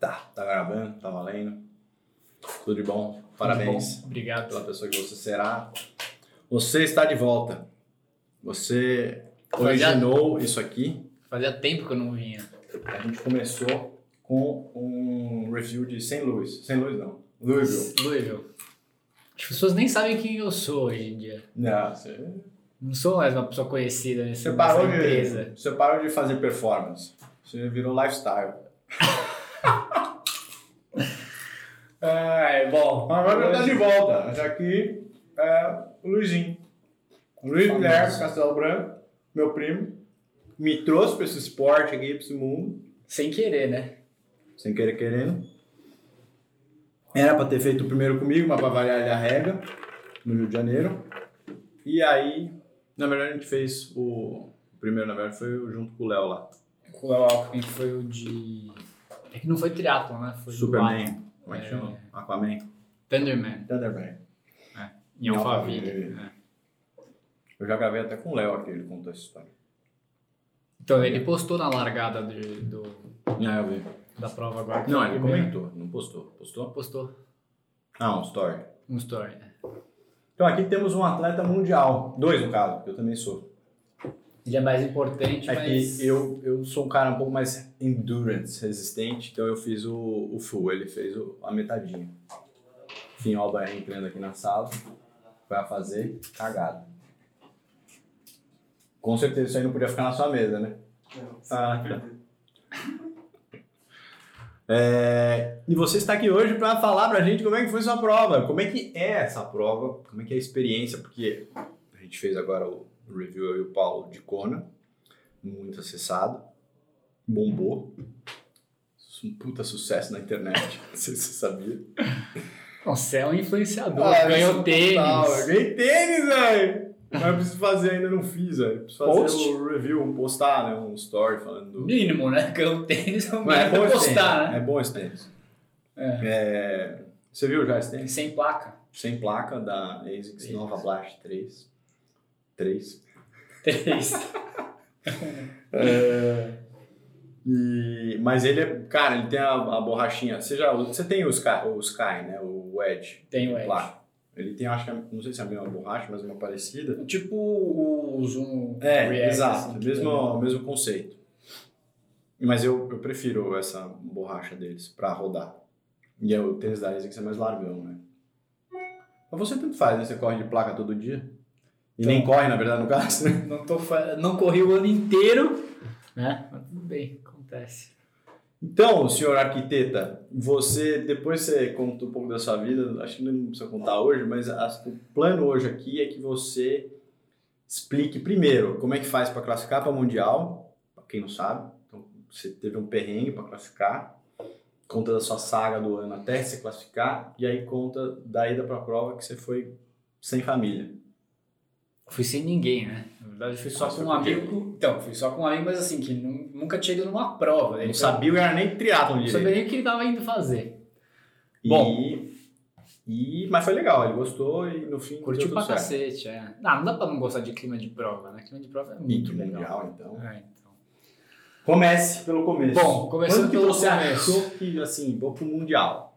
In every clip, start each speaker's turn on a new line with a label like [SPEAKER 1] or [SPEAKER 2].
[SPEAKER 1] Tá, tá gravando, tá valendo. Tudo de bom. Parabéns
[SPEAKER 2] Bom, obrigado.
[SPEAKER 1] pela pessoa que você será. Você está de volta. Você
[SPEAKER 2] Fazia-
[SPEAKER 1] originou isso aqui.
[SPEAKER 2] Fazia tempo que eu não vinha.
[SPEAKER 1] A gente começou com um review de St. Louis. St. Louis não. Louisville.
[SPEAKER 2] Louisville. As pessoas nem sabem quem eu sou hoje em dia.
[SPEAKER 1] Não, você,
[SPEAKER 2] Não sou mais uma pessoa conhecida nesse-
[SPEAKER 1] você,
[SPEAKER 2] nessa
[SPEAKER 1] parou
[SPEAKER 2] empresa.
[SPEAKER 1] de, você parou de fazer performance. Você virou lifestyle.
[SPEAKER 2] Ai, bom.
[SPEAKER 1] Agora tá de volta. Esse aqui é o Luizinho. O Luiz
[SPEAKER 2] Famoso.
[SPEAKER 1] Guilherme Castelo Branco, meu primo, me trouxe pra esse esporte aqui, pra esse mundo,
[SPEAKER 2] Sem querer, né?
[SPEAKER 1] sem querer querendo. Era pra ter feito o primeiro comigo, mas pra variar ele arrega, no Rio de Janeiro. E aí, na verdade, a gente fez o. O primeiro, na verdade, foi o junto com o Léo lá.
[SPEAKER 2] O Léo Alckmin foi o de. É que não foi triatlon, né? Foi do Aqua-
[SPEAKER 1] Superman. Como é que
[SPEAKER 2] É.
[SPEAKER 1] chama? Aquaman.
[SPEAKER 2] Thunderman,
[SPEAKER 1] Thunderman.
[SPEAKER 2] em um Alphaville.
[SPEAKER 1] Alphaville.
[SPEAKER 2] né?
[SPEAKER 1] É. Eu já gravei até com o Léo aqui, ele contou essa história.
[SPEAKER 2] Então, ele postou na largada de- do,
[SPEAKER 1] Ah, eu vi.
[SPEAKER 2] da prova agora. que
[SPEAKER 1] Não,
[SPEAKER 2] foi o
[SPEAKER 1] ele
[SPEAKER 2] primeiro.
[SPEAKER 1] comentou, não postou. Postou?
[SPEAKER 2] Postou
[SPEAKER 1] É. Ah, um story.
[SPEAKER 2] um story. né?
[SPEAKER 1] Então aqui temos um atleta mundial. Dois, no caso, porque eu também sou.
[SPEAKER 2] Ele é mais importante,
[SPEAKER 1] É
[SPEAKER 2] mas.
[SPEAKER 1] que eu, eu sou um cara um pouco mais endurance, resistente, então eu fiz o, o full, ele fez o- a metadinha. Enfim, o Albert entrando aqui na sala, vai fazer cagada. Com certeza isso aí não podia ficar na sua mesa, né?
[SPEAKER 3] Não, você
[SPEAKER 1] Ah,
[SPEAKER 3] vai
[SPEAKER 1] tá.
[SPEAKER 3] perder.
[SPEAKER 1] É, e você está aqui hoje para falar para a gente como é que foi sua prova, como é que é essa prova, como é que é a experiência, porque a gente fez agora o review eu e o Paulo de Kona, muito acessado, bombou, um puta sucesso na internet, não sei se você sabia.
[SPEAKER 2] Nossa, é um influenciador. Ganhou tênis.
[SPEAKER 1] Ah, é Total, ganhei tênis, velho! Mas eu preciso fazer, ainda não fiz, velho. Preciso fazer
[SPEAKER 2] Post?
[SPEAKER 1] o review, um postar, né, um story falando do...
[SPEAKER 2] Mínimo, né? Ganhou tênis, é o
[SPEAKER 1] Mas
[SPEAKER 2] mínimo pra
[SPEAKER 1] esse
[SPEAKER 2] postar,
[SPEAKER 1] tênis,
[SPEAKER 2] né?
[SPEAKER 1] É bom esse tênis. É, Você viu já esse tênis?
[SPEAKER 2] Sem placa.
[SPEAKER 1] Sem placa da ASICS
[SPEAKER 2] Isso.
[SPEAKER 1] Nova Blast 3. 3.
[SPEAKER 2] Três.
[SPEAKER 1] E, mas ele é. Cara, ele tem a, a borrachinha. Você, já, você tem o Sky, o Sky, né? O Edge.
[SPEAKER 2] Tem o Edge.
[SPEAKER 1] Lá. Ele tem, acho que. Não sei se é a mesma borracha, mas uma parecida.
[SPEAKER 2] Tipo o Zoom
[SPEAKER 1] É,
[SPEAKER 2] React,
[SPEAKER 1] exato.
[SPEAKER 2] assim, que
[SPEAKER 1] mesmo,
[SPEAKER 2] tem-
[SPEAKER 1] mesmo conceito. Mas eu, eu prefiro essa borracha deles pra rodar. E é o tênis da ASICS é mais largão, né? Mas você tanto faz, né? Você corre de placa todo dia. E
[SPEAKER 2] Então-
[SPEAKER 1] nem corre, na verdade, no caso, né?
[SPEAKER 2] Não, tô, fa- não corri o ano inteiro, né? Mas tudo bem, acontece.
[SPEAKER 1] Então, senhor arquiteta, você depois você conta um pouco da sua vida, acho que não precisa contar hoje, mas a- o plano hoje aqui é que você explique primeiro como é que faz para classificar para mundial, para quem não sabe. Então, você teve um perrengue para classificar, conta da sua saga do ano até se classificar e aí conta da ida para a prova que você foi sem família.
[SPEAKER 2] Fui sem ninguém, né? Na verdade, fui só
[SPEAKER 1] Mas
[SPEAKER 2] com um
[SPEAKER 1] foi com
[SPEAKER 2] amigo. Então, fui só com um amigo, mas assim, que nu- nunca tinha ido numa prova. Ele
[SPEAKER 1] Não sabia o que era nem triatlon
[SPEAKER 2] Não
[SPEAKER 1] direito.
[SPEAKER 2] sabia nem o que ele tava indo fazer. Bom.
[SPEAKER 1] E, e mas foi legal, ele gostou e no fim
[SPEAKER 2] Curtiu
[SPEAKER 1] deu
[SPEAKER 2] pra
[SPEAKER 1] tudo certo.
[SPEAKER 2] cacete, é. Ah, não dá pra não gostar de clima de prova, né? Clima de prova é muito
[SPEAKER 1] Muito
[SPEAKER 2] legal.
[SPEAKER 1] mundial, então.
[SPEAKER 2] É, então.
[SPEAKER 1] Comece pelo começo.
[SPEAKER 2] Bom, começando
[SPEAKER 1] Quando que
[SPEAKER 2] pelo
[SPEAKER 1] você
[SPEAKER 2] começo.
[SPEAKER 1] achou que, assim, vou pro Mundial?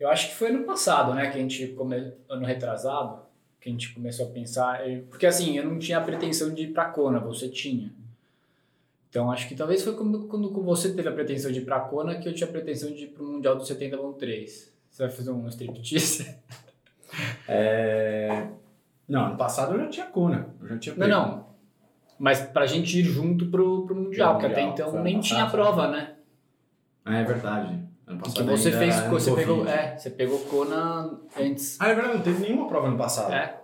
[SPEAKER 2] Eu acho que foi ano passado, né? Que a gente, come... ano retrasado, que a gente começou a pensar. eu- Porque assim, eu não tinha a pretensão de ir pra Kona, você tinha. Então acho que talvez foi quando, quando você teve a pretensão de ir pra Kona que eu tinha a pretensão de ir pro Mundial do 70.3. Você vai fazer um striptease?
[SPEAKER 1] É... Não, ano passado eu já tinha Kona. Eu já tinha
[SPEAKER 2] Não,
[SPEAKER 1] pego.
[SPEAKER 2] não. Mas pra gente ir junto pro, pro Mundial,
[SPEAKER 1] Pro
[SPEAKER 2] porque até
[SPEAKER 1] Mundial, foi
[SPEAKER 2] então
[SPEAKER 1] ano
[SPEAKER 2] nem
[SPEAKER 1] passado,
[SPEAKER 2] tinha
[SPEAKER 1] né?
[SPEAKER 2] prova, né?
[SPEAKER 1] Ah, é verdade. Ano
[SPEAKER 2] E
[SPEAKER 1] passado
[SPEAKER 2] que você
[SPEAKER 1] ainda
[SPEAKER 2] fez,
[SPEAKER 1] era no
[SPEAKER 2] você
[SPEAKER 1] Covid.
[SPEAKER 2] pegou, é, você pegou Kona antes.
[SPEAKER 1] Ah, é verdade, não teve nenhuma prova ano passado.
[SPEAKER 2] É,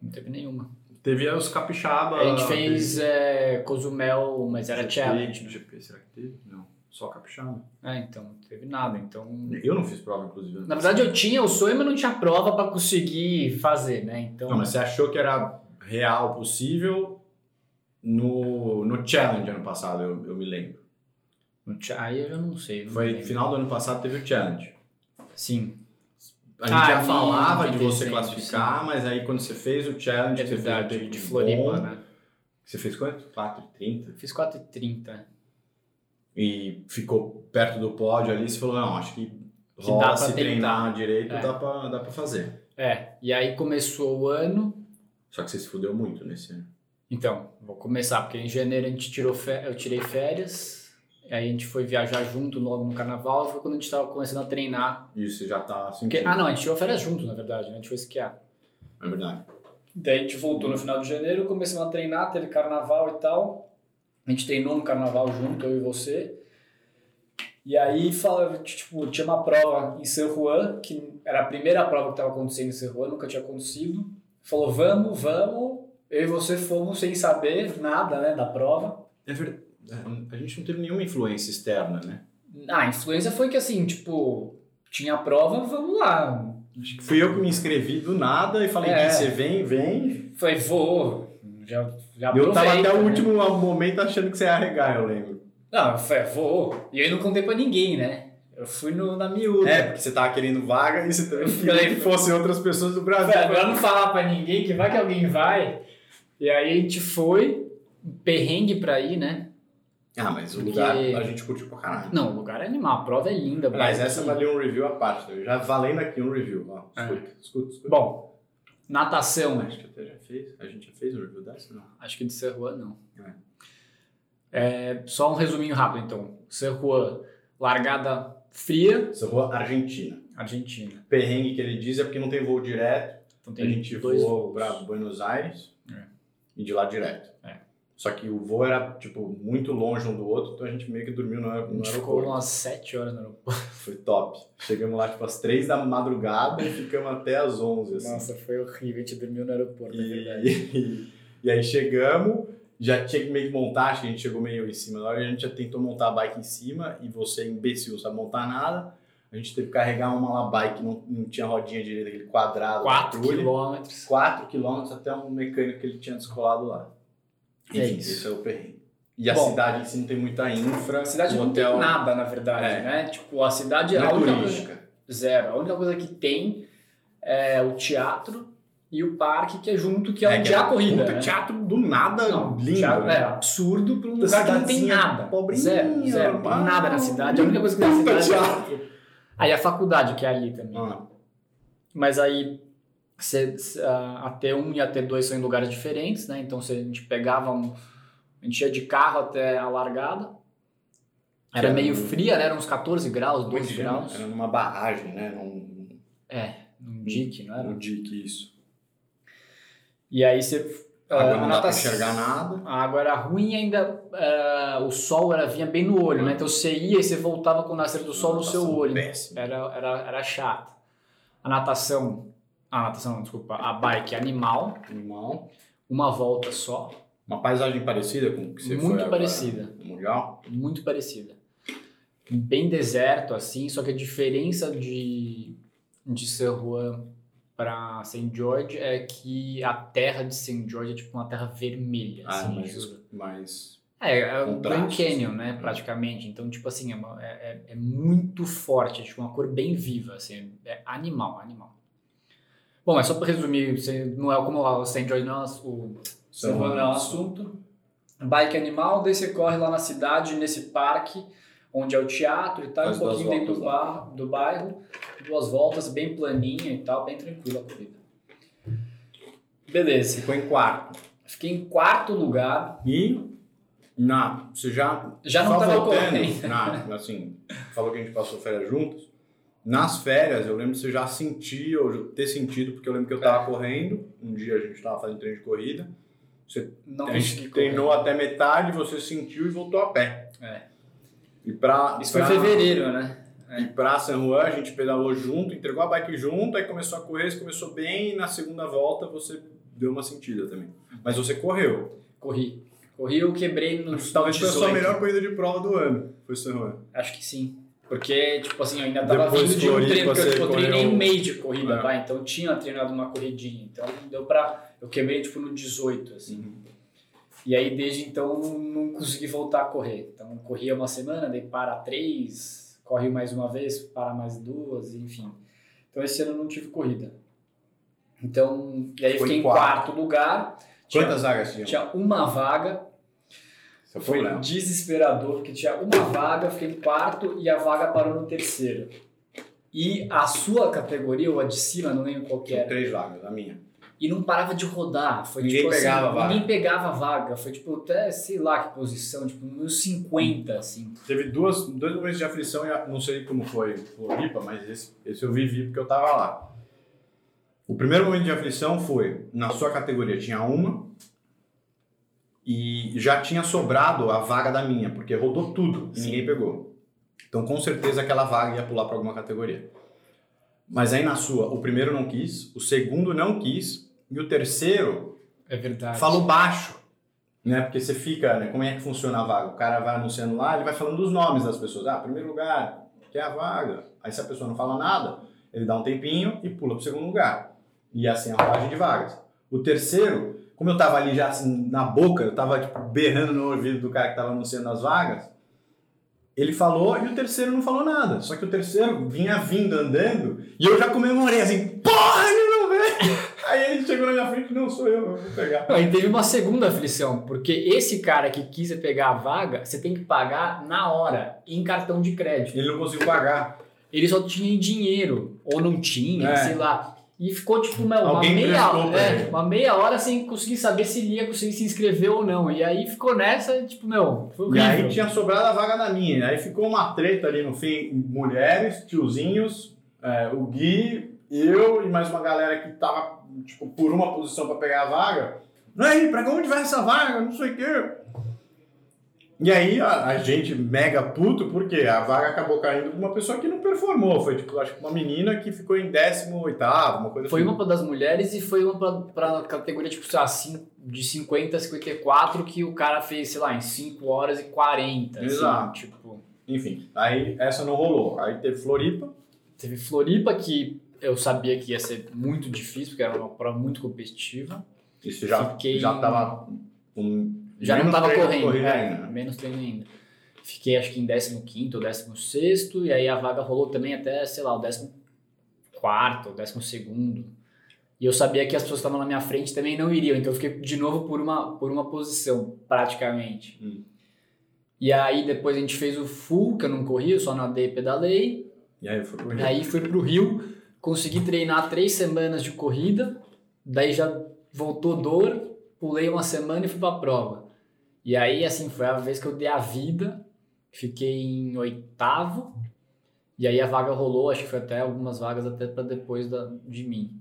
[SPEAKER 2] não teve nenhuma.
[SPEAKER 1] Teve os capixaba...
[SPEAKER 2] A gente fez é, Cozumel, mas era challenge. né?
[SPEAKER 1] GP, tipo, será que teve? Não, só capixaba.
[SPEAKER 2] É, então não teve nada. Então,
[SPEAKER 1] Eu não fiz prova, inclusive. ano
[SPEAKER 2] na
[SPEAKER 1] passado.
[SPEAKER 2] verdade eu tinha o sonho, mas não tinha prova pra conseguir fazer, né? Então,
[SPEAKER 1] Não, mas você achou que era real, possível no, no Challenge ano passado, eu, eu me lembro.
[SPEAKER 2] não tinha- aí eu já não sei. não
[SPEAKER 1] Foi
[SPEAKER 2] lembro.
[SPEAKER 1] final do ano passado teve o Challenge.
[SPEAKER 2] Sim,
[SPEAKER 1] A gente
[SPEAKER 2] Ah,
[SPEAKER 1] já
[SPEAKER 2] em
[SPEAKER 1] falava de você
[SPEAKER 2] 85,
[SPEAKER 1] classificar, mas aí quando você fez o challenge,
[SPEAKER 2] é
[SPEAKER 1] você
[SPEAKER 2] verdade,
[SPEAKER 1] fez o
[SPEAKER 2] de né?
[SPEAKER 1] bom.
[SPEAKER 2] Floripa, né?
[SPEAKER 1] Você fez quanto? 4,30?
[SPEAKER 2] Fiz 4,30.
[SPEAKER 1] e ficou perto do pódio ali, você falou, não, acho que,
[SPEAKER 2] dá
[SPEAKER 1] rola,
[SPEAKER 2] pra
[SPEAKER 1] se
[SPEAKER 2] tentar.
[SPEAKER 1] treinar direito,
[SPEAKER 2] É.
[SPEAKER 1] dá, pra, dá pra fazer.
[SPEAKER 2] É, e aí começou o ano.
[SPEAKER 1] Só que você se fudeu muito nesse ano.
[SPEAKER 2] Então, vou começar, porque em janeiro a gente tirou fé- eu tirei férias, aí a gente foi viajar junto logo no carnaval, foi quando a gente tava começando a treinar.
[SPEAKER 1] E você já tá assim.
[SPEAKER 2] Porque- ah, não, a gente tirou férias junto, na verdade, né? A gente foi esquiar.
[SPEAKER 1] É verdade.
[SPEAKER 2] Daí a gente voltou
[SPEAKER 1] Uhum.
[SPEAKER 2] no final de janeiro, começamos a treinar, teve carnaval e tal. A gente treinou no carnaval junto, eu e você. E aí, fala, tipo, tinha uma prova em San Juan, que era a primeira prova que estava acontecendo em San Juan, nunca tinha acontecido. Falou, vamos, vamos. Eu e você fomos sem saber nada, né, da prova.
[SPEAKER 1] É verdade. A gente não teve nenhuma influência externa, né?
[SPEAKER 2] Ah, a influência foi que, assim, tipo, tinha a prova, vamos lá.
[SPEAKER 1] Fui eu que me inscrevi do nada e falei,
[SPEAKER 2] É.
[SPEAKER 1] "Gui, você vem, vem.
[SPEAKER 2] Foi, vou, já, já
[SPEAKER 1] Eu tava até
[SPEAKER 2] aproveita,
[SPEAKER 1] o
[SPEAKER 2] né?
[SPEAKER 1] último momento achando que você ia arregar, eu lembro.
[SPEAKER 2] Não, eu falei, "Ah, vou. E eu não contei pra ninguém, né? Eu fui no, na miúda.
[SPEAKER 1] É, porque você tava querendo vaga e você também
[SPEAKER 2] Eu
[SPEAKER 1] queria
[SPEAKER 2] falei-
[SPEAKER 1] que fossem outras pessoas do
[SPEAKER 2] Eu
[SPEAKER 1] Brasil.
[SPEAKER 2] falei, melhor não "Ah, falar pra ninguém, que vai que alguém vai. E aí a gente foi, perrengue pra ir, né?
[SPEAKER 1] Ah, mas o
[SPEAKER 2] Porque-
[SPEAKER 1] lugar a gente curtiu pra caralho.
[SPEAKER 2] Não, o lugar é animal, a prova é linda.
[SPEAKER 1] Mas
[SPEAKER 2] bike.
[SPEAKER 1] essa valeu um review à parte, eu já valendo aqui um review. Ó,
[SPEAKER 2] É.
[SPEAKER 1] escuta, escuta, escuta.
[SPEAKER 2] Bom, natação, né?
[SPEAKER 1] acho que até já fez. A gente já fez um review dessa? Não.
[SPEAKER 2] Acho que de San Juan não. É, só um resuminho rápido, então. San Juan, largada fria,
[SPEAKER 1] Só vou à Argentina.
[SPEAKER 2] Argentina.
[SPEAKER 1] Perrengue que ele diz é porque não tem voo direto.
[SPEAKER 2] Então
[SPEAKER 1] a gente voou pra Buenos Aires
[SPEAKER 2] É.
[SPEAKER 1] e de lá direto.
[SPEAKER 2] É.
[SPEAKER 1] Só que o voo era, tipo, muito longe um do outro, então a gente meio que dormiu no, aer-
[SPEAKER 2] A
[SPEAKER 1] no
[SPEAKER 2] gente ficou
[SPEAKER 1] aeroporto.
[SPEAKER 2] umas 7 horas no aeroporto.
[SPEAKER 1] Foi top. Chegamos lá, tipo, às três da madrugada e ficamos até às 11, assim.
[SPEAKER 2] Nossa, foi horrível, a gente dormiu no aeroporto, é
[SPEAKER 1] E,
[SPEAKER 2] verdade.
[SPEAKER 1] e, aí chegamos, já tinha que meio que montar, acho que a gente chegou meio em cima. Na hora a gente já tentou montar a bike em cima e você, é imbecil, não sabe montar nada. A gente teve que carregar uma lá bike, não, não tinha rodinha direita, aquele quadrado.
[SPEAKER 2] 4
[SPEAKER 1] patrulha.
[SPEAKER 2] quilômetros.
[SPEAKER 1] 4 quilômetros até um mecânico que ele tinha descolado lá.
[SPEAKER 2] É
[SPEAKER 1] Enfim,
[SPEAKER 2] isso.
[SPEAKER 1] Esse é o perrengue. E a
[SPEAKER 2] Bom.
[SPEAKER 1] cidade em si não tem muita infra.
[SPEAKER 2] A cidade
[SPEAKER 1] o
[SPEAKER 2] não
[SPEAKER 1] Um hotel
[SPEAKER 2] tem nada, na verdade,
[SPEAKER 1] É.
[SPEAKER 2] né? Tipo, a cidade
[SPEAKER 1] não
[SPEAKER 2] a
[SPEAKER 1] é
[SPEAKER 2] única coisa-
[SPEAKER 1] turística.
[SPEAKER 2] zero. A única coisa que tem é o teatro e o parque que é junto, que é, onde
[SPEAKER 1] que
[SPEAKER 2] há
[SPEAKER 1] um
[SPEAKER 2] corrida.
[SPEAKER 1] puta
[SPEAKER 2] né?
[SPEAKER 1] teatro do nada
[SPEAKER 2] Não,
[SPEAKER 1] lindo.
[SPEAKER 2] teatro
[SPEAKER 1] né?
[SPEAKER 2] é absurdo pra um lugar que não tem
[SPEAKER 1] cidadezinha
[SPEAKER 2] nada.
[SPEAKER 1] pobrinha,
[SPEAKER 2] zero, zero. Não tem
[SPEAKER 1] pá.
[SPEAKER 2] nada na cidade. A única coisa que tem
[SPEAKER 1] Puta
[SPEAKER 2] na cidade é o
[SPEAKER 1] teatro.
[SPEAKER 2] teatro. Aí a faculdade, que é ali também.
[SPEAKER 1] Ah.
[SPEAKER 2] Mas aí cê, cê, a a T1 e a T2 são em lugares diferentes, né? Então se a gente pegava um. A gente ia de carro até a largada. Era
[SPEAKER 1] Era
[SPEAKER 2] meio
[SPEAKER 1] um-
[SPEAKER 2] fria, né? Eram uns 14 graus,
[SPEAKER 1] Como é que
[SPEAKER 2] 12
[SPEAKER 1] chama?
[SPEAKER 2] graus.
[SPEAKER 1] Era numa barragem, né? Num,
[SPEAKER 2] Num dique, não era?
[SPEAKER 1] num dia que isso.
[SPEAKER 2] E aí você.
[SPEAKER 1] Agora não
[SPEAKER 2] ah, a
[SPEAKER 1] dá pra
[SPEAKER 2] natação-
[SPEAKER 1] enxergar nada.
[SPEAKER 2] A água era ruim e ainda ah, o sol era, vinha bem no olho, né? Então você ia e você voltava com o nascer do sol no seu
[SPEAKER 1] Natação
[SPEAKER 2] olho.
[SPEAKER 1] Péssima.
[SPEAKER 2] Era, era, era chato. A natação. A natação, não, desculpa. A bike animal,
[SPEAKER 1] Animal.
[SPEAKER 2] uma volta só.
[SPEAKER 1] Uma paisagem parecida com o que você foi
[SPEAKER 2] Muito
[SPEAKER 1] agora
[SPEAKER 2] parecida.
[SPEAKER 1] no Mundial.
[SPEAKER 2] muito parecida. Bem deserto, assim, só que a diferença de, de San Juan para St. George é que a terra de St. George é tipo uma terra vermelha,
[SPEAKER 1] Ah,
[SPEAKER 2] assim,
[SPEAKER 1] mas,
[SPEAKER 2] juro.
[SPEAKER 1] mas
[SPEAKER 2] É, é um Grand
[SPEAKER 1] contrastes.
[SPEAKER 2] Canyon, né, praticamente. Então, tipo assim, é, uma- é- é- é muito forte, é tipo uma cor bem viva, assim, é animal, animal. Bom, é só para resumir, você- não é como o St. George, não é o você
[SPEAKER 1] são-
[SPEAKER 2] vai no assunto. Bike animal, daí você corre lá na cidade, nesse parque, onde é o teatro e tal,
[SPEAKER 1] Faz
[SPEAKER 2] um
[SPEAKER 1] duas
[SPEAKER 2] pouquinho dentro do,
[SPEAKER 1] voltas
[SPEAKER 2] bar, do bairro, duas voltas, bem planinha e tal, bem tranquila a corrida. Beleza.
[SPEAKER 1] ficou em quarto.
[SPEAKER 2] Fiquei em quarto lugar.
[SPEAKER 1] E. Na, você já.
[SPEAKER 2] Já não
[SPEAKER 1] só
[SPEAKER 2] tava correndo.
[SPEAKER 1] voltando, na, assim, falou que a gente passou férias juntos. Nas férias, eu lembro que você já sentia, ou já ter sentido, porque eu lembro que eu tava correndo. Um dia a gente tava fazendo treino de corrida.
[SPEAKER 2] Não
[SPEAKER 1] A gente
[SPEAKER 2] consegui correr.
[SPEAKER 1] treinou até metade, você sentiu e voltou a pé.
[SPEAKER 2] É.
[SPEAKER 1] E pra,
[SPEAKER 2] Isso foi em
[SPEAKER 1] pra-
[SPEAKER 2] fevereiro, né?
[SPEAKER 1] E pra San Juan, a gente pedalou junto, entregou a bike junto, aí começou a correr, você começou bem, e na segunda volta você deu uma sentida também. Mas você correu.
[SPEAKER 2] Corri. Corri, eu quebrei no
[SPEAKER 1] Talvez foi a sua
[SPEAKER 2] 18.
[SPEAKER 1] melhor corrida de prova do ano, foi San Juan.
[SPEAKER 2] Acho que sim. Porque, tipo assim, eu ainda tava
[SPEAKER 1] Depois
[SPEAKER 2] vindo de um
[SPEAKER 1] Floripa,
[SPEAKER 2] treino, porque eu
[SPEAKER 1] você
[SPEAKER 2] tipo, treinei
[SPEAKER 1] correu-
[SPEAKER 2] meio de corrida,
[SPEAKER 1] É.
[SPEAKER 2] vai. Então eu tinha treinado uma corridinha. Então deu pra. Eu quebrei, tipo, no 18, assim.
[SPEAKER 1] Uhum.
[SPEAKER 2] E aí desde então eu não, não consegui voltar a correr. Então eu corria uma semana, daí para três, corri mais uma vez, para mais duas, enfim. Então esse ano eu não tive corrida. Então, e aí
[SPEAKER 1] Foi
[SPEAKER 2] fiquei
[SPEAKER 1] em
[SPEAKER 2] em quarto lugar. Tinha-
[SPEAKER 1] Quantas vagas tinha?
[SPEAKER 2] tinha uma vaga.
[SPEAKER 1] Seu
[SPEAKER 2] Foi
[SPEAKER 1] problema.
[SPEAKER 2] desesperador, porque tinha uma vaga, eu fiquei em quarto e a vaga parou no terceiro. E a sua categoria, ou a de cima, não lembro qual que
[SPEAKER 1] São
[SPEAKER 2] era,
[SPEAKER 1] três vagas, a minha.
[SPEAKER 2] e não parava de rodar. Foi,
[SPEAKER 1] Ninguém
[SPEAKER 2] tipo, assim,
[SPEAKER 1] pegava a vaga.
[SPEAKER 2] Ninguém pegava a vaga. Foi tipo até, sei lá que posição, tipo número 50, assim.
[SPEAKER 1] Teve duas, dois momentos de aflição, e a- não sei como foi Floripa, mas esse, esse eu vivi porque eu tava lá. O primeiro momento de aflição foi, na sua categoria tinha uma, e já tinha sobrado a vaga da minha, porque rodou tudo e
[SPEAKER 2] Sim.
[SPEAKER 1] ninguém pegou. Então com certeza aquela vaga ia pular para alguma categoria. Mas aí na sua, o primeiro não quis, o segundo não quis, e o terceiro
[SPEAKER 2] É verdade.
[SPEAKER 1] Falou baixo, né? Porque você fica, né? Como é que funciona a vaga? O cara vai anunciando lá, ele vai falando dos nomes das pessoas. Ah, primeiro lugar, que é a vaga. Aí se a pessoa não fala nada, ele dá um tempinho e pula pro segundo lugar. E assim a rodagem de vagas. O terceiro, como eu tava ali já assim, na boca, eu tava tipo, berrando no ouvido do cara que tava anunciando as vagas, ele falou e o terceiro não falou nada. Só que o terceiro vinha vindo andando e eu já comemorei assim, porra, ele não veio! Aí ele chegou na minha frente, não sou eu, eu vou pegar.
[SPEAKER 2] Aí teve uma segunda aflição, porque esse cara que quis pegar a vaga, você tem que pagar na hora, em cartão de crédito.
[SPEAKER 1] Ele não conseguiu pagar.
[SPEAKER 2] Ele só tinha em dinheiro, ou não tinha,
[SPEAKER 1] É.
[SPEAKER 2] sei lá. E ficou tipo uma, uma
[SPEAKER 1] Alguém
[SPEAKER 2] meia,
[SPEAKER 1] emprestou pra
[SPEAKER 2] é,
[SPEAKER 1] ele.
[SPEAKER 2] uma meia hora sem conseguir saber se ele ia conseguir se inscrever ou não. E aí ficou nessa, tipo, meu, foi
[SPEAKER 1] E
[SPEAKER 2] horrível.
[SPEAKER 1] aí tinha sobrado a vaga da minha. Aí ficou uma treta ali no fim: mulheres, tiozinhos, é, o Gui, eu e mais uma galera que tava tipo, por uma posição pra pegar a vaga. E aí, pra onde vai essa vaga? Não sei o quê. E aí a, a gente mega puto, porque a vaga acabou caindo pra uma pessoa que não performou. Foi tipo, acho que uma menina que ficou em 18, uma coisa
[SPEAKER 2] Foi
[SPEAKER 1] assim.
[SPEAKER 2] uma para das mulheres e foi uma pra, pra categoria, tipo, sei lá, cin- de 50 a 54, que o cara fez, sei lá, em 5 horas e 40. assim,
[SPEAKER 1] Exato.
[SPEAKER 2] tipo,
[SPEAKER 1] Enfim, aí essa não rolou. Aí teve Floripa.
[SPEAKER 2] teve Floripa, que eu sabia que ia ser muito difícil, porque era uma prova muito competitiva.
[SPEAKER 1] Isso já,
[SPEAKER 2] Fiquei- um
[SPEAKER 1] já tava. com-
[SPEAKER 2] Já
[SPEAKER 1] menos
[SPEAKER 2] não tava
[SPEAKER 1] treino
[SPEAKER 2] correndo,
[SPEAKER 1] corrida
[SPEAKER 2] é,
[SPEAKER 1] ainda. né?
[SPEAKER 2] menos treino ainda. Fiquei acho que em 15 ou 16, e aí a vaga rolou também até, sei lá, o 14 ou 12. E eu sabia que as pessoas que estavam na minha frente também não iriam, então eu fiquei de novo por uma, por uma posição, praticamente.
[SPEAKER 1] Hum.
[SPEAKER 2] E aí depois a gente fez o full, que eu não corri, eu só nadei e pedalei.
[SPEAKER 1] E aí foi corrida.
[SPEAKER 2] Né? Aí fui pro Rio, consegui treinar três semanas de corrida, daí já voltou dor, pulei uma semana e fui pra prova. E aí, assim, foi a vez que eu dei a vida, fiquei em oitavo, e aí a vaga rolou, acho que foi até algumas vagas até pra depois da, de mim.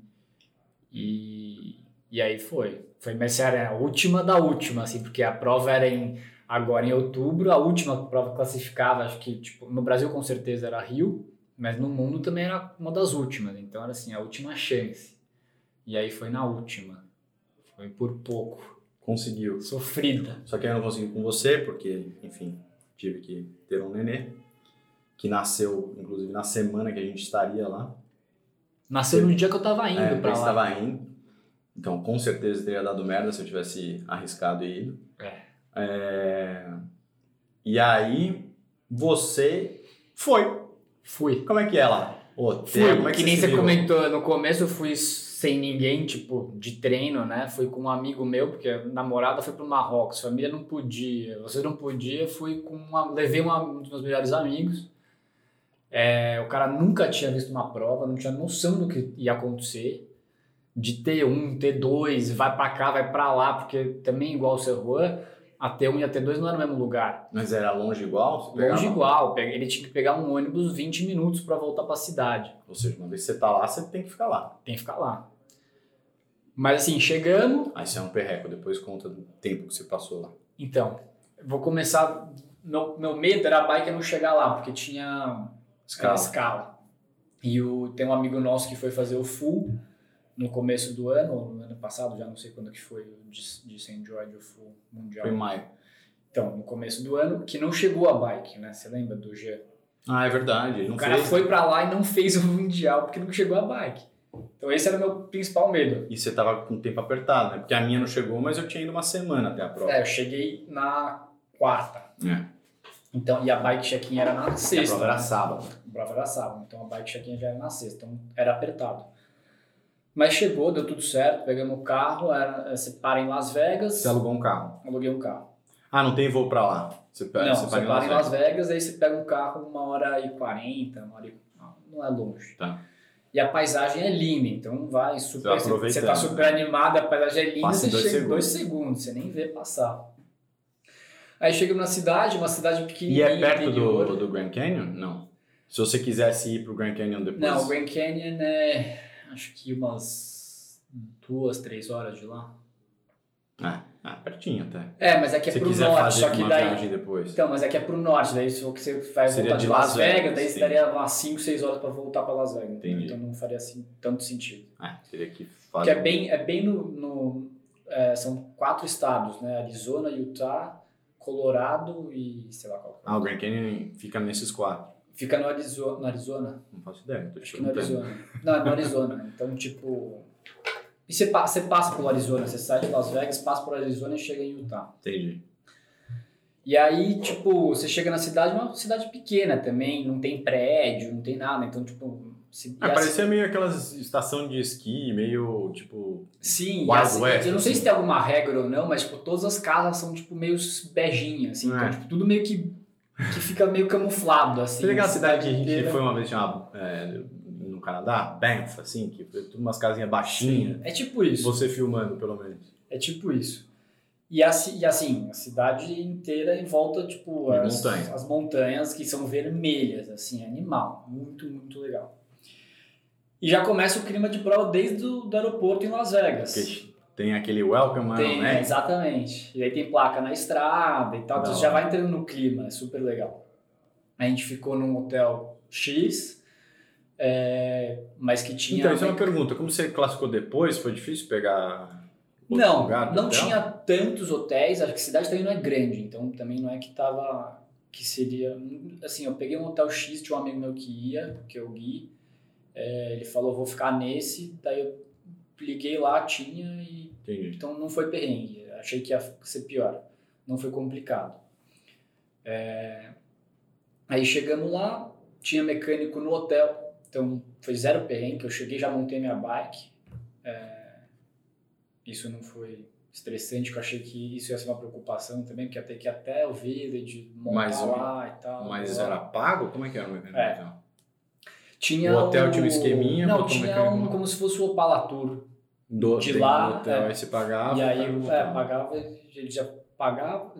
[SPEAKER 2] E, e aí foi. Foi, mas sério, é a última da última, assim, porque a prova era em agora em outubro, a última prova que classificava, acho que, tipo, no Brasil com certeza era Rio, mas no mundo também era uma das últimas, então era assim, a última chance. E aí foi na última. Foi por pouco.
[SPEAKER 1] Conseguiu.
[SPEAKER 2] Sofrida.
[SPEAKER 1] Só que eu não consegui com você, porque, enfim, tive que ter um nenê. Que nasceu, inclusive, na semana que a gente estaria lá.
[SPEAKER 2] Nasceu no dia que eu tava indo
[SPEAKER 1] É, porque
[SPEAKER 2] pra lá.
[SPEAKER 1] estava indo. Então, com certeza teria dado merda se eu tivesse arriscado e ido.
[SPEAKER 2] É.
[SPEAKER 1] É, E aí, você foi.
[SPEAKER 2] Fui.
[SPEAKER 1] Como é que é lá? Hotel,
[SPEAKER 2] Fui,
[SPEAKER 1] como é
[SPEAKER 2] que, nem
[SPEAKER 1] se
[SPEAKER 2] você
[SPEAKER 1] virou?
[SPEAKER 2] comentou no começo, eu fui sem ninguém, tipo, de treino, né? Fui com um amigo meu, porque a namorada foi pro Marrocos, família não podia, você não podia, fui com uma, levei uma- um dos meus melhores amigos. É, o cara nunca tinha visto uma prova, não tinha noção do que ia acontecer. De T1, T2, vai pra cá, vai pra lá, porque também igual o seu Juan, a T1 e a T2 não era no mesmo lugar.
[SPEAKER 1] Mas era longe igual? Você
[SPEAKER 2] Longe
[SPEAKER 1] pegava-
[SPEAKER 2] igual, pe- ele tinha que pegar um ônibus 20 minutos pra voltar pra cidade.
[SPEAKER 1] Ou seja, uma vez que você tá lá, você tem que ficar lá.
[SPEAKER 2] tem que ficar lá. Mas assim, chegamos,
[SPEAKER 1] Aí você é um perreco, depois conta do tempo que você passou lá.
[SPEAKER 2] então, vou começar. Meu, meu medo era a bike não chegar lá, porque tinha
[SPEAKER 1] Escala.
[SPEAKER 2] escala. escala. E o, tem um amigo nosso que foi fazer o full no começo do ano, ou no ano passado, já não sei quando que foi, o de, de St. George, o full mundial.
[SPEAKER 1] Foi em maio.
[SPEAKER 2] Então, no começo do ano, que não chegou a bike, né? Você lembra do Jean?
[SPEAKER 1] Ah, é verdade. Ele não
[SPEAKER 2] o cara
[SPEAKER 1] fez.
[SPEAKER 2] foi pra lá e não fez o mundial porque não chegou a bike. Então, esse era o meu principal medo.
[SPEAKER 1] E você tava com o tempo apertado, né? Porque a minha não chegou, mas eu tinha ido uma semana até a prova.
[SPEAKER 2] É, eu cheguei na quarta.
[SPEAKER 1] É.
[SPEAKER 2] Então, e a bike check-in era na
[SPEAKER 1] E a
[SPEAKER 2] sexta.
[SPEAKER 1] prova era sábado.
[SPEAKER 2] A prova era sábado, então a bike check-in já era na sexta, então era apertado. Mas chegou, deu tudo certo, pegamos o carro, era, é, você para em Las Vegas,
[SPEAKER 1] Você alugou um carro.
[SPEAKER 2] aluguei um carro.
[SPEAKER 1] Ah, não tem voo pra lá. Você pega,
[SPEAKER 2] não,
[SPEAKER 1] É, você
[SPEAKER 2] você
[SPEAKER 1] paga em
[SPEAKER 2] para
[SPEAKER 1] Las
[SPEAKER 2] em Las Vegas, aí você pega um carro uma hora e quarenta, uma hora e... Não, não é longe.
[SPEAKER 1] Tá.
[SPEAKER 2] E a paisagem é linda, então vai super...
[SPEAKER 1] Vai
[SPEAKER 2] Você, você
[SPEAKER 1] aproveitando, né?
[SPEAKER 2] tá super animado, a paisagem é linda,
[SPEAKER 1] Passa em
[SPEAKER 2] você
[SPEAKER 1] dois
[SPEAKER 2] chega em dois segundos, você nem vê passar. Aí chega na cidade, uma cidade
[SPEAKER 1] E
[SPEAKER 2] pequenininha.
[SPEAKER 1] é perto
[SPEAKER 2] interior.
[SPEAKER 1] do, do Grand Canyon? Não. Se você quisesse ir pro Grand Canyon depois.
[SPEAKER 2] Não, o Grand Canyon é... Acho que umas duas, três horas de lá.
[SPEAKER 1] Ah, ah, pertinho até.
[SPEAKER 2] É, mas é que é
[SPEAKER 1] Se
[SPEAKER 2] pro
[SPEAKER 1] quiser
[SPEAKER 2] norte,
[SPEAKER 1] fazer
[SPEAKER 2] só que
[SPEAKER 1] uma
[SPEAKER 2] daí...
[SPEAKER 1] viagem depois.
[SPEAKER 2] Então, mas é que é pro norte, daí se você vai
[SPEAKER 1] Seria
[SPEAKER 2] voltar de
[SPEAKER 1] de
[SPEAKER 2] Las
[SPEAKER 1] Las
[SPEAKER 2] Vegas,
[SPEAKER 1] Vegas,
[SPEAKER 2] daí você
[SPEAKER 1] sim.
[SPEAKER 2] daria umas 5, 6 horas pra voltar pra Las Vegas.
[SPEAKER 1] Entendi.
[SPEAKER 2] Então não faria assim, tanto sentido.
[SPEAKER 1] Ah, teria que
[SPEAKER 2] Porque
[SPEAKER 1] fazer.
[SPEAKER 2] é bem, é bem no. no- é, são quatro estados, né? Arizona, Utah, Colorado e sei lá qual. que é.
[SPEAKER 1] Ah, o Grand Canyon fica nesses quatro.
[SPEAKER 2] Fica no Arizona. No Arizona?
[SPEAKER 1] Não faço ideia. Tô te
[SPEAKER 2] Acho que no
[SPEAKER 1] perguntando.
[SPEAKER 2] Arizona. Não, é no Arizona. Então, tipo. E você, pa- você passa pelo Arizona, você sai de Las Vegas, passa por Arizona e chega em Utah.
[SPEAKER 1] Entendi.
[SPEAKER 2] E aí, tipo, você chega na cidade, uma cidade pequena também, não tem prédio, não tem nada. Então, tipo. Se,
[SPEAKER 1] Ah,
[SPEAKER 2] e a-
[SPEAKER 1] parecia meio aquelas estação de esqui, meio tipo.
[SPEAKER 2] sim, e
[SPEAKER 1] Wild
[SPEAKER 2] a ci-
[SPEAKER 1] West,
[SPEAKER 2] eu não sei
[SPEAKER 1] assim.
[SPEAKER 2] se tem alguma regra ou não, mas tipo, todas as casas são tipo meio beijinhas, assim. Então,
[SPEAKER 1] É.
[SPEAKER 2] tipo, tudo meio que, que fica meio camuflado, assim.
[SPEAKER 1] Você aquela
[SPEAKER 2] a
[SPEAKER 1] cidade que a gente
[SPEAKER 2] inteira.
[SPEAKER 1] foi uma vez chamada, é, no Canadá? Banff, assim, que foi tudo umas casinhas baixinhas.
[SPEAKER 2] É tipo isso.
[SPEAKER 1] Você filmando, pelo menos.
[SPEAKER 2] É tipo isso. E, a ci- e assim, a cidade inteira em volta, tipo,
[SPEAKER 1] De
[SPEAKER 2] as
[SPEAKER 1] montanha.
[SPEAKER 2] as montanhas que são vermelhas, assim, animal. Muito, muito legal. E já começa o clima de prova desde o do aeroporto em Las Vegas.
[SPEAKER 1] Porque tem aquele welcome,
[SPEAKER 2] tem,
[SPEAKER 1] né?
[SPEAKER 2] exatamente. E aí tem placa na estrada e tal, então
[SPEAKER 1] Da
[SPEAKER 2] você já
[SPEAKER 1] hora.
[SPEAKER 2] vai entrando no clima, é super legal. A gente ficou num hotel X, é, mas que tinha.
[SPEAKER 1] Então, isso é uma pergunta. Como você classificou depois, foi difícil pegar outro
[SPEAKER 2] Não,
[SPEAKER 1] lugar do
[SPEAKER 2] não
[SPEAKER 1] hotel?
[SPEAKER 2] tinha tantos hotéis, acho que a cidade também não é grande, então também não é que tava que seria, assim, eu peguei um hotel X de um amigo meu que ia, que é o Gui, é, ele falou, vou ficar nesse, daí eu liguei lá, tinha, e,
[SPEAKER 1] Entendi.
[SPEAKER 2] então não foi perrengue, achei que ia ser pior, não foi complicado. É, aí chegamos lá, tinha mecânico no hotel, então foi zero perrengue, eu cheguei, já montei minha bike, É, isso não foi estressante, que eu achei que isso ia ser uma preocupação também, porque ia ter que ir até o village, montar
[SPEAKER 1] Mas o-
[SPEAKER 2] lá e tal.
[SPEAKER 1] Mas
[SPEAKER 2] blá.
[SPEAKER 1] era pago? Como é que era o mecânico?
[SPEAKER 2] É.
[SPEAKER 1] então?
[SPEAKER 2] Tinha
[SPEAKER 1] o hotel tinha um esqueminha,
[SPEAKER 2] Não,
[SPEAKER 1] botou um
[SPEAKER 2] tinha
[SPEAKER 1] mecânico
[SPEAKER 2] um
[SPEAKER 1] lá.
[SPEAKER 2] como se fosse o Opala Tour.
[SPEAKER 1] Do,
[SPEAKER 2] De
[SPEAKER 1] tem
[SPEAKER 2] lá,
[SPEAKER 1] um hotel,
[SPEAKER 2] é.
[SPEAKER 1] aí você pagava.
[SPEAKER 2] e aí
[SPEAKER 1] tá,
[SPEAKER 2] é,
[SPEAKER 1] tá.
[SPEAKER 2] pagava, ele já pagava,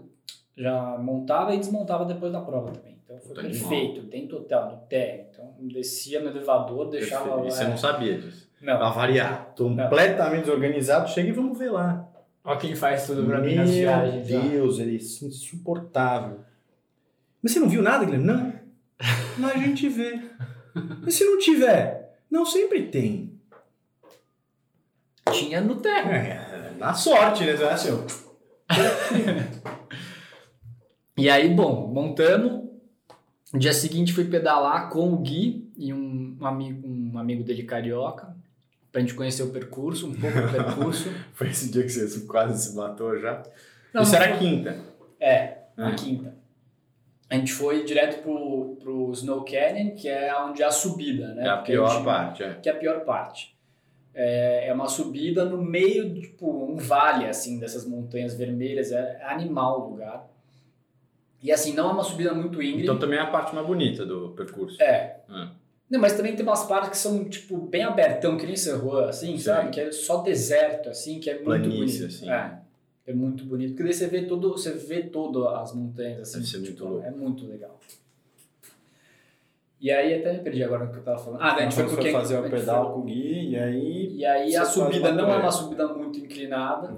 [SPEAKER 2] já montava e desmontava depois da prova também. Então foi
[SPEAKER 1] Puta, animal.
[SPEAKER 2] perfeito, dentro do hotel, no térreo. Então descia no elevador, deixava
[SPEAKER 1] Perfeito. E você
[SPEAKER 2] lá. é.
[SPEAKER 1] não sabia disso.
[SPEAKER 2] Não.
[SPEAKER 1] Pra variar. Tô completamente desorganizado, chega e vamos ver lá.
[SPEAKER 2] Olha quem faz tudo pra mim
[SPEAKER 1] Meu
[SPEAKER 2] nas viagens. ó.
[SPEAKER 1] Deus, ele é insuportável. Mas você não viu nada, Guilherme? Não. Mas a gente vê. Mas se não tiver? Não, sempre tem.
[SPEAKER 2] Tinha no térreo.
[SPEAKER 1] É, na sorte, né? Não é assim, ó.
[SPEAKER 2] E aí, bom, montamos. No dia seguinte fui pedalar com o Gui e um amigo, um amigo dele carioca, pra gente conhecer o percurso, um pouco do percurso.
[SPEAKER 1] Foi esse dia que você quase se matou já?
[SPEAKER 2] Não,
[SPEAKER 1] Isso
[SPEAKER 2] não
[SPEAKER 1] era quinta.
[SPEAKER 2] É, na
[SPEAKER 1] É.
[SPEAKER 2] quinta. A gente foi direto pro, pro Snow Canyon, que é onde é a subida, né?
[SPEAKER 1] É a
[SPEAKER 2] Porque
[SPEAKER 1] pior
[SPEAKER 2] gente-
[SPEAKER 1] parte, é.
[SPEAKER 2] Que é a pior parte. É, é uma subida no meio, de, tipo, um vale, assim, dessas montanhas vermelhas. É animal o lugar. E, assim, não é uma subida muito íngreme.
[SPEAKER 1] Então também é a parte mais bonita do percurso.
[SPEAKER 2] É.
[SPEAKER 1] Ah.
[SPEAKER 2] Não, mas também tem umas partes que são, tipo, bem abertão, que nem Serroa, assim,
[SPEAKER 1] Sim.
[SPEAKER 2] sabe? Que é só deserto, assim, que é muito
[SPEAKER 1] Planície,
[SPEAKER 2] bonito.
[SPEAKER 1] assim.
[SPEAKER 2] É. É muito bonito, porque daí você vê todo, você vê todas as montanhas, assim.
[SPEAKER 1] Deve ser muito louco.
[SPEAKER 2] É muito legal. E aí até me perdi agora no que eu tava falando. Ah, daí a gente foi
[SPEAKER 1] Então,
[SPEAKER 2] pro
[SPEAKER 1] você foi
[SPEAKER 2] Ken-
[SPEAKER 1] fazer
[SPEAKER 2] a
[SPEAKER 1] o
[SPEAKER 2] gente foi-
[SPEAKER 1] pedal com o Gui e aí.
[SPEAKER 2] E aí
[SPEAKER 1] Você
[SPEAKER 2] a
[SPEAKER 1] faz
[SPEAKER 2] subida
[SPEAKER 1] uma Uhum.
[SPEAKER 2] não é
[SPEAKER 1] trilha.
[SPEAKER 2] uma subida muito inclinada,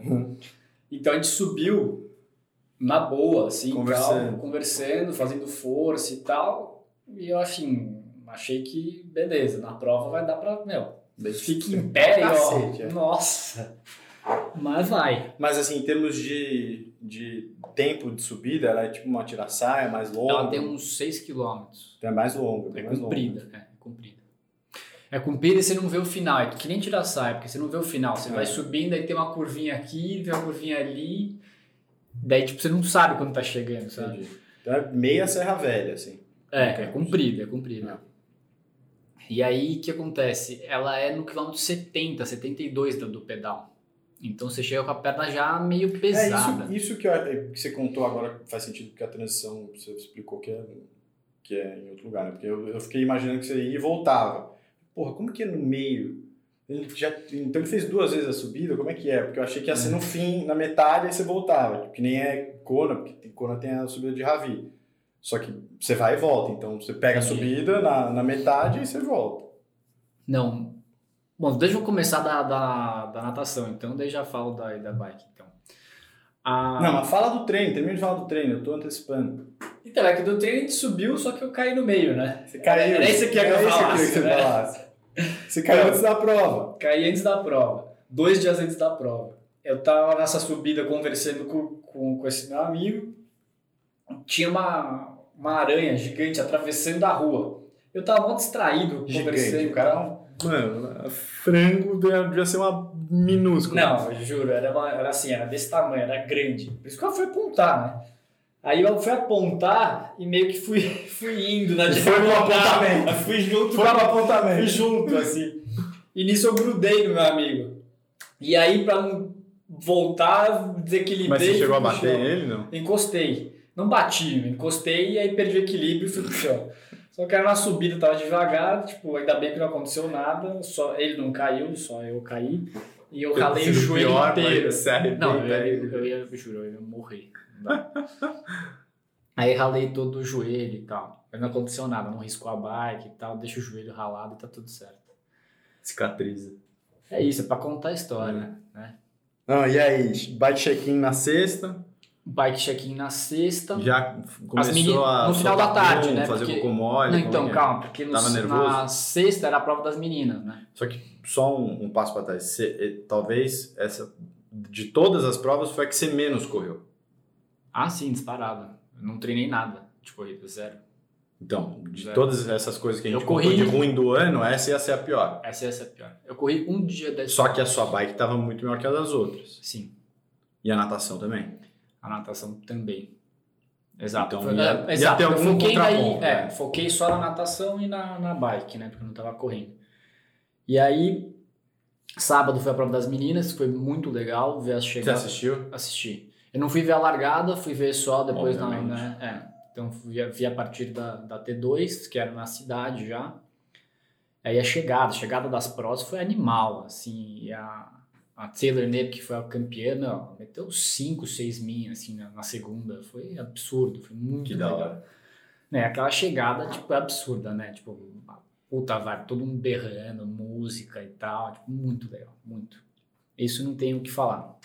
[SPEAKER 2] então a gente subiu na boa, assim,
[SPEAKER 1] Conversando.
[SPEAKER 2] tal, conversando, fazendo força e tal. E eu, assim, achei que, beleza, na prova vai dar pra, meu, fique em pé e
[SPEAKER 1] Cacete, é.
[SPEAKER 2] ó, nossa. Mas vai.
[SPEAKER 1] Mas assim, em termos de, de tempo de subida, ela é tipo uma tiraçaia mais longa.
[SPEAKER 2] Ela tem uns 6 km.
[SPEAKER 1] Então é mais longa,
[SPEAKER 2] É
[SPEAKER 1] bem mais longa.
[SPEAKER 2] comprida, é, é comprida. É comprida e você não vê o final, é que nem tirar saia, porque você não vê o final. Você
[SPEAKER 1] É.
[SPEAKER 2] vai subindo, aí tem uma curvinha aqui, tem uma curvinha ali. Daí, tipo, você não sabe quando tá chegando, sabe?
[SPEAKER 1] Entendi. Então é meia Serra Velha, assim.
[SPEAKER 2] É, é
[SPEAKER 1] Entende?
[SPEAKER 2] comprida, é comprida. E aí, o que acontece? Ela é no quilômetro 70, 72 do, do pedal. Então você chega com a perna já meio
[SPEAKER 1] É,
[SPEAKER 2] pesada.
[SPEAKER 1] isso, isso que, eu- é, que você contou agora faz sentido porque a transição você explicou que é, que é em outro lugar, né? Porque eu, eu fiquei imaginando que você ia e voltava. Porra, como que é no meio? Ele já, então ele fez duas vezes a subida, como é que é? Porque eu achei que ia ser no fim, na metade, aí você voltava. Que nem é Kona, porque tem- Kona tem a subida de Ravi. Só que você vai e volta, então você pega a subida na, na metade e você volta.
[SPEAKER 2] Não. Bom, deixa eu começar da, da, da natação, então daí já falo da, da bike, então. Ah, A-
[SPEAKER 1] Não, mas fala do treino, termina de falar do treino, eu tô antecipando.
[SPEAKER 2] Então, é que do treino a gente subiu, só que eu caí no meio, né?
[SPEAKER 1] Você caiu.
[SPEAKER 2] Era isso que eu ia
[SPEAKER 1] Era isso
[SPEAKER 2] falar,
[SPEAKER 1] que eu ia que você
[SPEAKER 2] né?
[SPEAKER 1] falasse. Você caiu antes da prova.
[SPEAKER 2] Caí antes da prova, dois dias antes da prova. Eu tava nessa subida conversando com, com, com esse meu amigo, tinha uma, uma aranha gigante atravessando a rua. Eu tava muito distraído
[SPEAKER 1] Gigante,
[SPEAKER 2] conversando.
[SPEAKER 1] o cara é
[SPEAKER 2] tá?
[SPEAKER 1] um- Mano, frango devia devia ser uma minúscula.
[SPEAKER 2] Não, eu juro, era, uma- era assim, era desse tamanho, era grande. Por isso que eu fui apontar, né? Aí eu fui apontar e meio que fui, fui indo né? na
[SPEAKER 1] Foi pro
[SPEAKER 2] diagonal.
[SPEAKER 1] apontamento.
[SPEAKER 2] Eu Fui junto,
[SPEAKER 1] Foi no
[SPEAKER 2] fui
[SPEAKER 1] apontamento.
[SPEAKER 2] junto, assim. E nisso eu grudei no meu amigo. E aí, pra não voltar, eu desequilibrei.
[SPEAKER 1] Mas você
[SPEAKER 2] e fui
[SPEAKER 1] chegou a
[SPEAKER 2] pro
[SPEAKER 1] bater
[SPEAKER 2] chão.
[SPEAKER 1] nele, não?
[SPEAKER 2] Encostei. Não bati, encostei e aí perdi o equilíbrio e fui pro chão. Só que era na subida, tava devagar, tipo, ainda bem que não aconteceu nada, só ele não caiu, só eu caí. E eu ralei o joelho inteiro. Não, é. eu,
[SPEAKER 1] né?
[SPEAKER 2] ia- eu ia, eu juro, eu ia morrer. Não dá. Aí ralei todo o joelho e tal. Mas não aconteceu nada, não riscou a bike e tal, deixa o joelho ralado e tá tudo certo.
[SPEAKER 1] Cicatriza.
[SPEAKER 2] É isso, é pra contar a história, né?
[SPEAKER 1] Não, e aí? Bate check-in na sexta,
[SPEAKER 2] Bike check-in na sexta.
[SPEAKER 1] já começou
[SPEAKER 2] meni-
[SPEAKER 1] a.
[SPEAKER 2] no
[SPEAKER 1] soltar
[SPEAKER 2] final da tarde,
[SPEAKER 1] pum,
[SPEAKER 2] né,
[SPEAKER 1] Fazer
[SPEAKER 2] porque-
[SPEAKER 1] cocô mole.
[SPEAKER 2] Não,
[SPEAKER 1] como é
[SPEAKER 2] então,
[SPEAKER 1] que é?
[SPEAKER 2] calma, porque no,
[SPEAKER 1] Tava nervoso?
[SPEAKER 2] na sexta era a prova das meninas, né?
[SPEAKER 1] Só que só um, um passo pra trás. Você- eh, talvez essa. De todas as provas, foi a que você menos correu.
[SPEAKER 2] Ah, sim, disparado. Eu não treinei nada de corrida, zero.
[SPEAKER 1] Então, de
[SPEAKER 2] Zero.
[SPEAKER 1] todas essas coisas que a
[SPEAKER 2] Né? Eu
[SPEAKER 1] gente contou
[SPEAKER 2] corri-
[SPEAKER 1] de ruim do ano, essa ia ser a pior.
[SPEAKER 2] Essa, essa é a pior. Eu corri um dia dessa.
[SPEAKER 1] Só que a sua bike tava muito melhor que a das outras.
[SPEAKER 2] Sim,
[SPEAKER 1] E a natação também.
[SPEAKER 2] a natação também. Exato.
[SPEAKER 1] Então,
[SPEAKER 2] Foi-
[SPEAKER 1] ia-
[SPEAKER 2] é,
[SPEAKER 1] ia
[SPEAKER 2] exato.
[SPEAKER 1] ter
[SPEAKER 2] Eu
[SPEAKER 1] algum
[SPEAKER 2] foquei daí,
[SPEAKER 1] contraponto,
[SPEAKER 2] é,
[SPEAKER 1] né?
[SPEAKER 2] foquei só na natação e na, na bike, né? Porque eu não tava correndo. E aí, sábado foi a prova das meninas, foi muito legal ver as
[SPEAKER 1] Você
[SPEAKER 2] chegadas.
[SPEAKER 1] assistiu?
[SPEAKER 2] assisti. Eu não fui ver a largada, fui ver só depois na.
[SPEAKER 1] Obviamente.
[SPEAKER 2] né? É. Então fui, vi a partir da, da T2, que era na cidade já. Aí a chegada, a chegada das pros foi animal, assim. E a, a Taylor Nep, que foi a campeã, meu, meteu 5, 6 minhas, assim, na, na segunda. Foi absurdo, foi muito
[SPEAKER 1] Que da
[SPEAKER 2] legal.
[SPEAKER 1] hora.
[SPEAKER 2] Né, aquela chegada, tipo, é absurda, né? Tipo, uma puta vibe, todo mundo berrando, música e tal. Tipo, muito legal, muito. Isso não tem o que falar.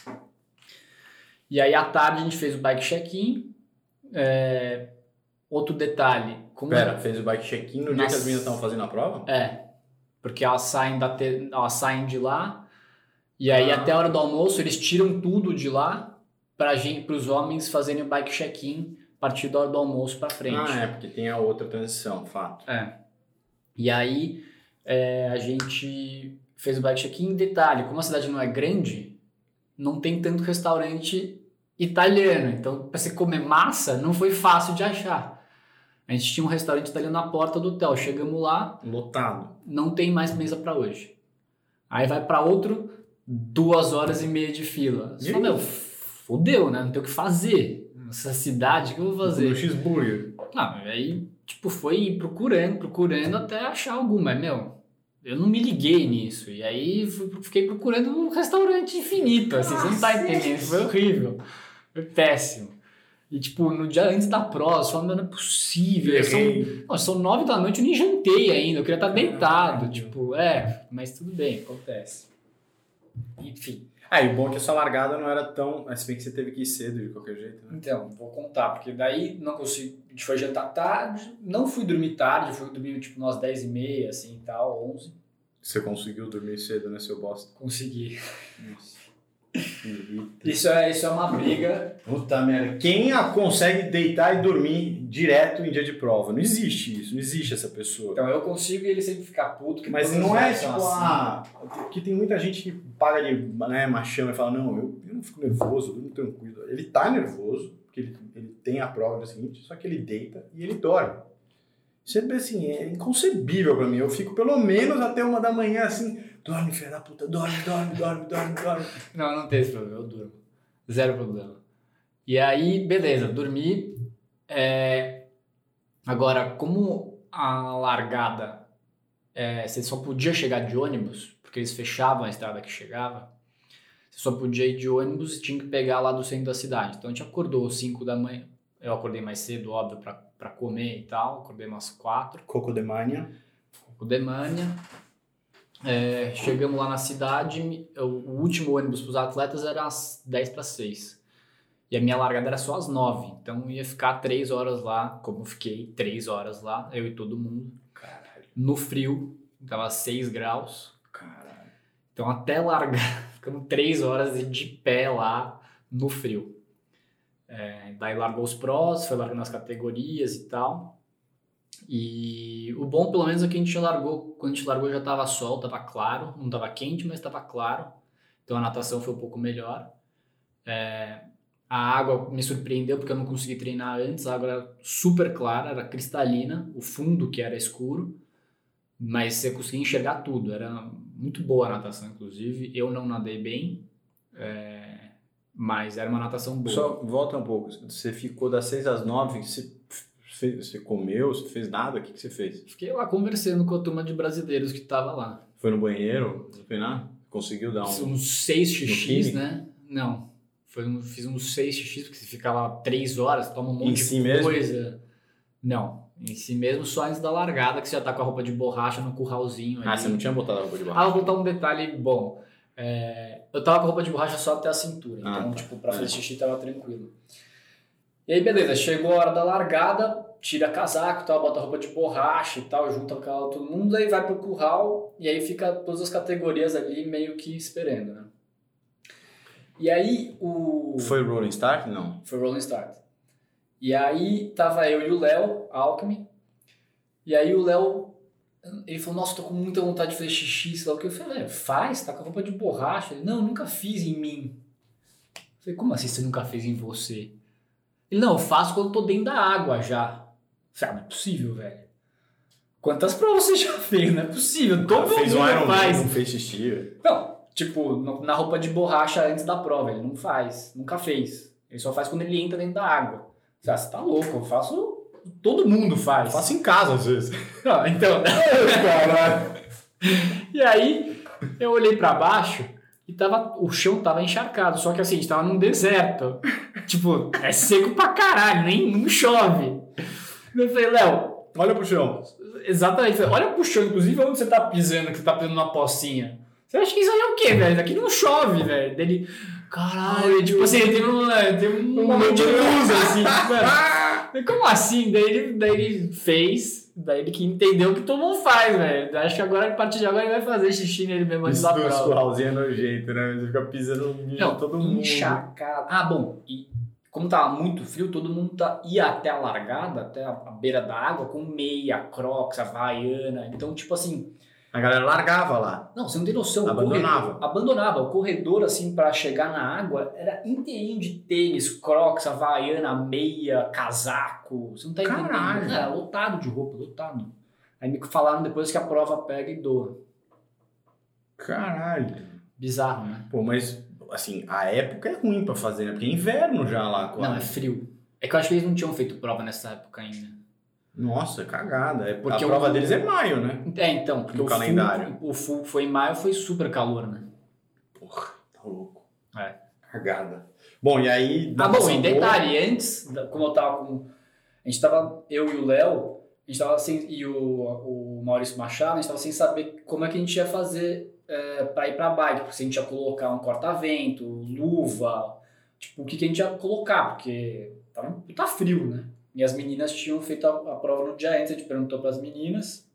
[SPEAKER 2] E aí, à tarde, a gente fez o bike check-in. É, Outro detalhe. Como
[SPEAKER 1] Pera, fez o bike check-in no dia
[SPEAKER 2] Nossa.
[SPEAKER 1] que as meninas estavam fazendo a prova?
[SPEAKER 2] É, porque elas saem, da te- elas saem de lá. E aí,
[SPEAKER 1] Ah.
[SPEAKER 2] até a hora do almoço, eles tiram tudo de lá para os homens fazerem o bike check-in a partir da hora do almoço para frente.
[SPEAKER 1] Ah, é, porque tem a outra transição, fato.
[SPEAKER 2] É. E aí é, a gente fez o bike check-in. Detalhe, como a cidade não é grande, não tem tanto restaurante italiano. Então, para você comer massa, não foi fácil de achar. A gente tinha um restaurante italiano na porta do hotel. Chegamos lá,
[SPEAKER 1] Lotado.
[SPEAKER 2] não tem mais mesa para hoje. Aí vai para outro, duas horas e meia de fila. Você
[SPEAKER 1] E
[SPEAKER 2] fala,
[SPEAKER 1] aí?
[SPEAKER 2] meu, fudeu, né? Não tem o que fazer. Nessa cidade, o que eu vou fazer?
[SPEAKER 1] No cheeseburger.
[SPEAKER 2] Não, aí, tipo, foi procurando, procurando até achar alguma. Mas, meu, eu não me liguei nisso. E aí fui- fiquei procurando um restaurante infinito, assim, você não tá
[SPEAKER 1] Cacete.
[SPEAKER 2] entendendo. Foi horrível. Foi péssimo. E, tipo, no dia antes da prova, eu falando, não é possível. São,
[SPEAKER 1] Errei.
[SPEAKER 2] não, são nove da noite, eu nem jantei ainda. Eu queria estar deitado. Tipo, é, mas tudo bem, acontece. Enfim.
[SPEAKER 1] Ah, e o bom é que a sua largada não era tão. Mas se bem que você teve que ir cedo de qualquer jeito, né?
[SPEAKER 2] Então, vou contar, porque daí não consigo. A gente foi jantar tarde, não fui dormir tarde, fui dormir tipo umas 10 e meia, assim tal, 11.
[SPEAKER 1] Você conseguiu dormir cedo, né, seu bosta?
[SPEAKER 2] Consegui.
[SPEAKER 1] Nossa.
[SPEAKER 2] Isso é, isso é uma briga.
[SPEAKER 1] Puta merda. Quem a consegue deitar e dormir direto em dia de prova? Não existe isso, não existe essa pessoa.
[SPEAKER 2] Então eu consigo e ele sempre fica puto. Que
[SPEAKER 1] Mas
[SPEAKER 2] todas
[SPEAKER 1] não
[SPEAKER 2] as
[SPEAKER 1] é
[SPEAKER 2] vezes
[SPEAKER 1] tipo,
[SPEAKER 2] são
[SPEAKER 1] ah, porque tem muita gente que paga de né, machão e fala, não, eu, eu não fico nervoso, eu durmo tranquilo. Ele tá nervoso, porque ele, ele tem a prova no seguinte, só que ele deita e ele dorme. é Sempre assim, é inconcebível pra mim. Eu fico pelo menos até uma da manhã assim, dorme, filha da puta, dorme, dorme, dorme, dorme, dorme.
[SPEAKER 2] Não, não tem esse problema, eu durmo. Zero problema. E aí, beleza, dormi. É, Agora, como a largada é, você só podia chegar de ônibus, porque eles fechavam a estrada que chegava, você só podia ir de ônibus e tinha que pegar lá do centro da cidade. Então a gente acordou às 5 da manhã. Eu acordei mais cedo, óbvio, pra, pra comer e tal. Acordei umas 4
[SPEAKER 1] Coco de Mania.
[SPEAKER 2] o Demânia. É, chegamos lá na cidade, me- eu- o último ônibus para os atletas era às 10 para 6. E a minha largada era só às 9. Então ia ficar 3 horas lá, como eu fiquei 3 horas lá, eu e todo mundo.
[SPEAKER 1] Caralho,
[SPEAKER 2] No frio, tava 6 graus.
[SPEAKER 1] caralho.
[SPEAKER 2] Então até largar, ficamos três horas de pé lá no frio. É, daí largou os prós, foi largando as categorias e tal. E o bom, pelo menos, é que a gente largou. Quando a gente largou já tava sol, tava claro, não tava quente, mas tava claro. Então a natação foi um pouco melhor. É, a água me surpreendeu porque eu não consegui treinar antes. A água era super clara, era cristalina, o fundo que era escuro mas você conseguia enxergar tudo. Era muito boa a natação, inclusive. Eu não nadei bem, é, mas era uma natação boa.
[SPEAKER 1] Só volta um pouco. Você ficou das 6 às 9, você, fez, você comeu, você fez nada? O que, que você fez?
[SPEAKER 2] Fiquei lá conversando com a turma de brasileiros que tava lá.
[SPEAKER 1] Foi no banheiro? Treinar? Conseguiu dar um.
[SPEAKER 2] Uns seis xixis,
[SPEAKER 1] químico?
[SPEAKER 2] né? Não. Foi um- fiz uns seis xixis, porque se ficar lá três horas, toma um monte
[SPEAKER 1] Em
[SPEAKER 2] de
[SPEAKER 1] si mesmo?
[SPEAKER 2] coisa. Não. Em si mesmo, só antes da largada, que você já tá com a roupa de borracha no curralzinho ali.
[SPEAKER 1] Ah, você não tinha botado a roupa de
[SPEAKER 2] Ah,
[SPEAKER 1] baixo?
[SPEAKER 2] vou botar um detalhe bom. É, eu tava com roupa de borracha só até a cintura,
[SPEAKER 1] Ah,
[SPEAKER 2] então,
[SPEAKER 1] tá.
[SPEAKER 2] tipo, pra fazer
[SPEAKER 1] É.
[SPEAKER 2] xixi tava tranquilo. E aí, beleza, chegou a hora da largada, tira casaco e tal, bota roupa de borracha e tal, junta com ela todo mundo, aí vai pro curral e aí fica todas as categorias ali meio que esperando, né? E aí o.
[SPEAKER 1] Foi Rolling Start? Não.
[SPEAKER 2] Foi Rolling Start. E aí tava eu e o Léo, Alckmin. E aí o Léo, ele falou, nossa, tô com muita vontade de fazer xixi, sei lá o que. Eu falei, "É, faz, tá com a roupa de borracha. Ele, não, nunca fiz em mim. Eu falei, como assim você nunca fez em você? Ele, não, eu faço quando eu tô dentro da água já. Eu Falei, ah, não é possível, velho. Quantas provas você já fez? Não é possível. Todo mundo
[SPEAKER 1] fez um Iron Man,
[SPEAKER 2] faz.
[SPEAKER 1] não fez xixi. velho.
[SPEAKER 2] Não, tipo, no- na roupa de borracha antes da prova, ele não faz, nunca fez. Ele só faz quando ele entra dentro da água. Você, ah, você tá louco, eu faço. Todo mundo faz.
[SPEAKER 1] em casa às vezes.
[SPEAKER 2] Não, então.
[SPEAKER 1] Caralho.
[SPEAKER 2] E aí, eu olhei pra baixo e tava, o chão tava encharcado, só que assim, a gente tava num deserto. Tipo, é seco pra caralho, nem não chove. Eu falei, Léo,
[SPEAKER 1] Olha pro chão.
[SPEAKER 2] exatamente, eu falei, olha pro chão, inclusive onde você tá pisando, que você tá pisando numa pocinha. Você acha que isso aí é o quê, velho? Aqui não chove, velho. Dele, caralho, tipo assim, ele teve um, teve um momento de luz, assim,
[SPEAKER 1] tipo, é.
[SPEAKER 2] mano. Mas Como assim? Daí ele, daí ele fez, daí ele que entendeu que todo mundo faz, velho. Acho que agora, a partir de agora, ele vai fazer xixi nele mesmo antes
[SPEAKER 1] Isso
[SPEAKER 2] da
[SPEAKER 1] do
[SPEAKER 2] prova.
[SPEAKER 1] curralzinho é nojento, né? Você fica pisando no mijo de todo mundo.
[SPEAKER 2] encharcado. Ah, bom, e como tava muito frio, todo mundo tá, ia até a largada, até a, a beira da água, com meia, crocs, havaiana. Então, tipo assim,
[SPEAKER 1] A galera largava lá.
[SPEAKER 2] não, você não tem noção. o
[SPEAKER 1] Abandonava.
[SPEAKER 2] corredor- abandonava. O corredor, assim, pra chegar na água, era inteirinho de tênis, crocs, havaiana, meia, casaco. Você não tá entendendo.
[SPEAKER 1] Caralho.
[SPEAKER 2] Era lotado de roupa, lotado. Aí me falaram depois que a prova pega e doa.
[SPEAKER 1] Caralho.
[SPEAKER 2] Bizarro, né?
[SPEAKER 1] Pô, mas assim, a época é ruim pra fazer, né? Porque é inverno já lá
[SPEAKER 2] Não, é
[SPEAKER 1] quase.
[SPEAKER 2] frio. É que eu acho que eles não tinham feito prova nessa época ainda.
[SPEAKER 1] Nossa, cagada. É
[SPEAKER 2] Porque
[SPEAKER 1] a
[SPEAKER 2] o-
[SPEAKER 1] prova deles é maio, né?
[SPEAKER 2] É, então, porque
[SPEAKER 1] No
[SPEAKER 2] o, calendário.
[SPEAKER 1] calendário.
[SPEAKER 2] o full foi em maio, foi super calor, né?
[SPEAKER 1] Porra, tá louco.
[SPEAKER 2] É.
[SPEAKER 1] Cagada. Tá Bom, e aí.
[SPEAKER 2] Ah, bom, e
[SPEAKER 1] boa.
[SPEAKER 2] detalhe, antes, da- como eu tava com. A gente tava, eu e o Léo, a gente tava sem. E o, o Maurício Machado, a gente tava sem saber como é que a gente ia fazer é, pra ir pra bike, porque se a gente ia colocar um corta-vento, luva, tipo, o que, que a gente ia colocar, porque tava um puta frio, né? E as meninas tinham feito a, a prova no dia antes, a gente perguntou pras meninas.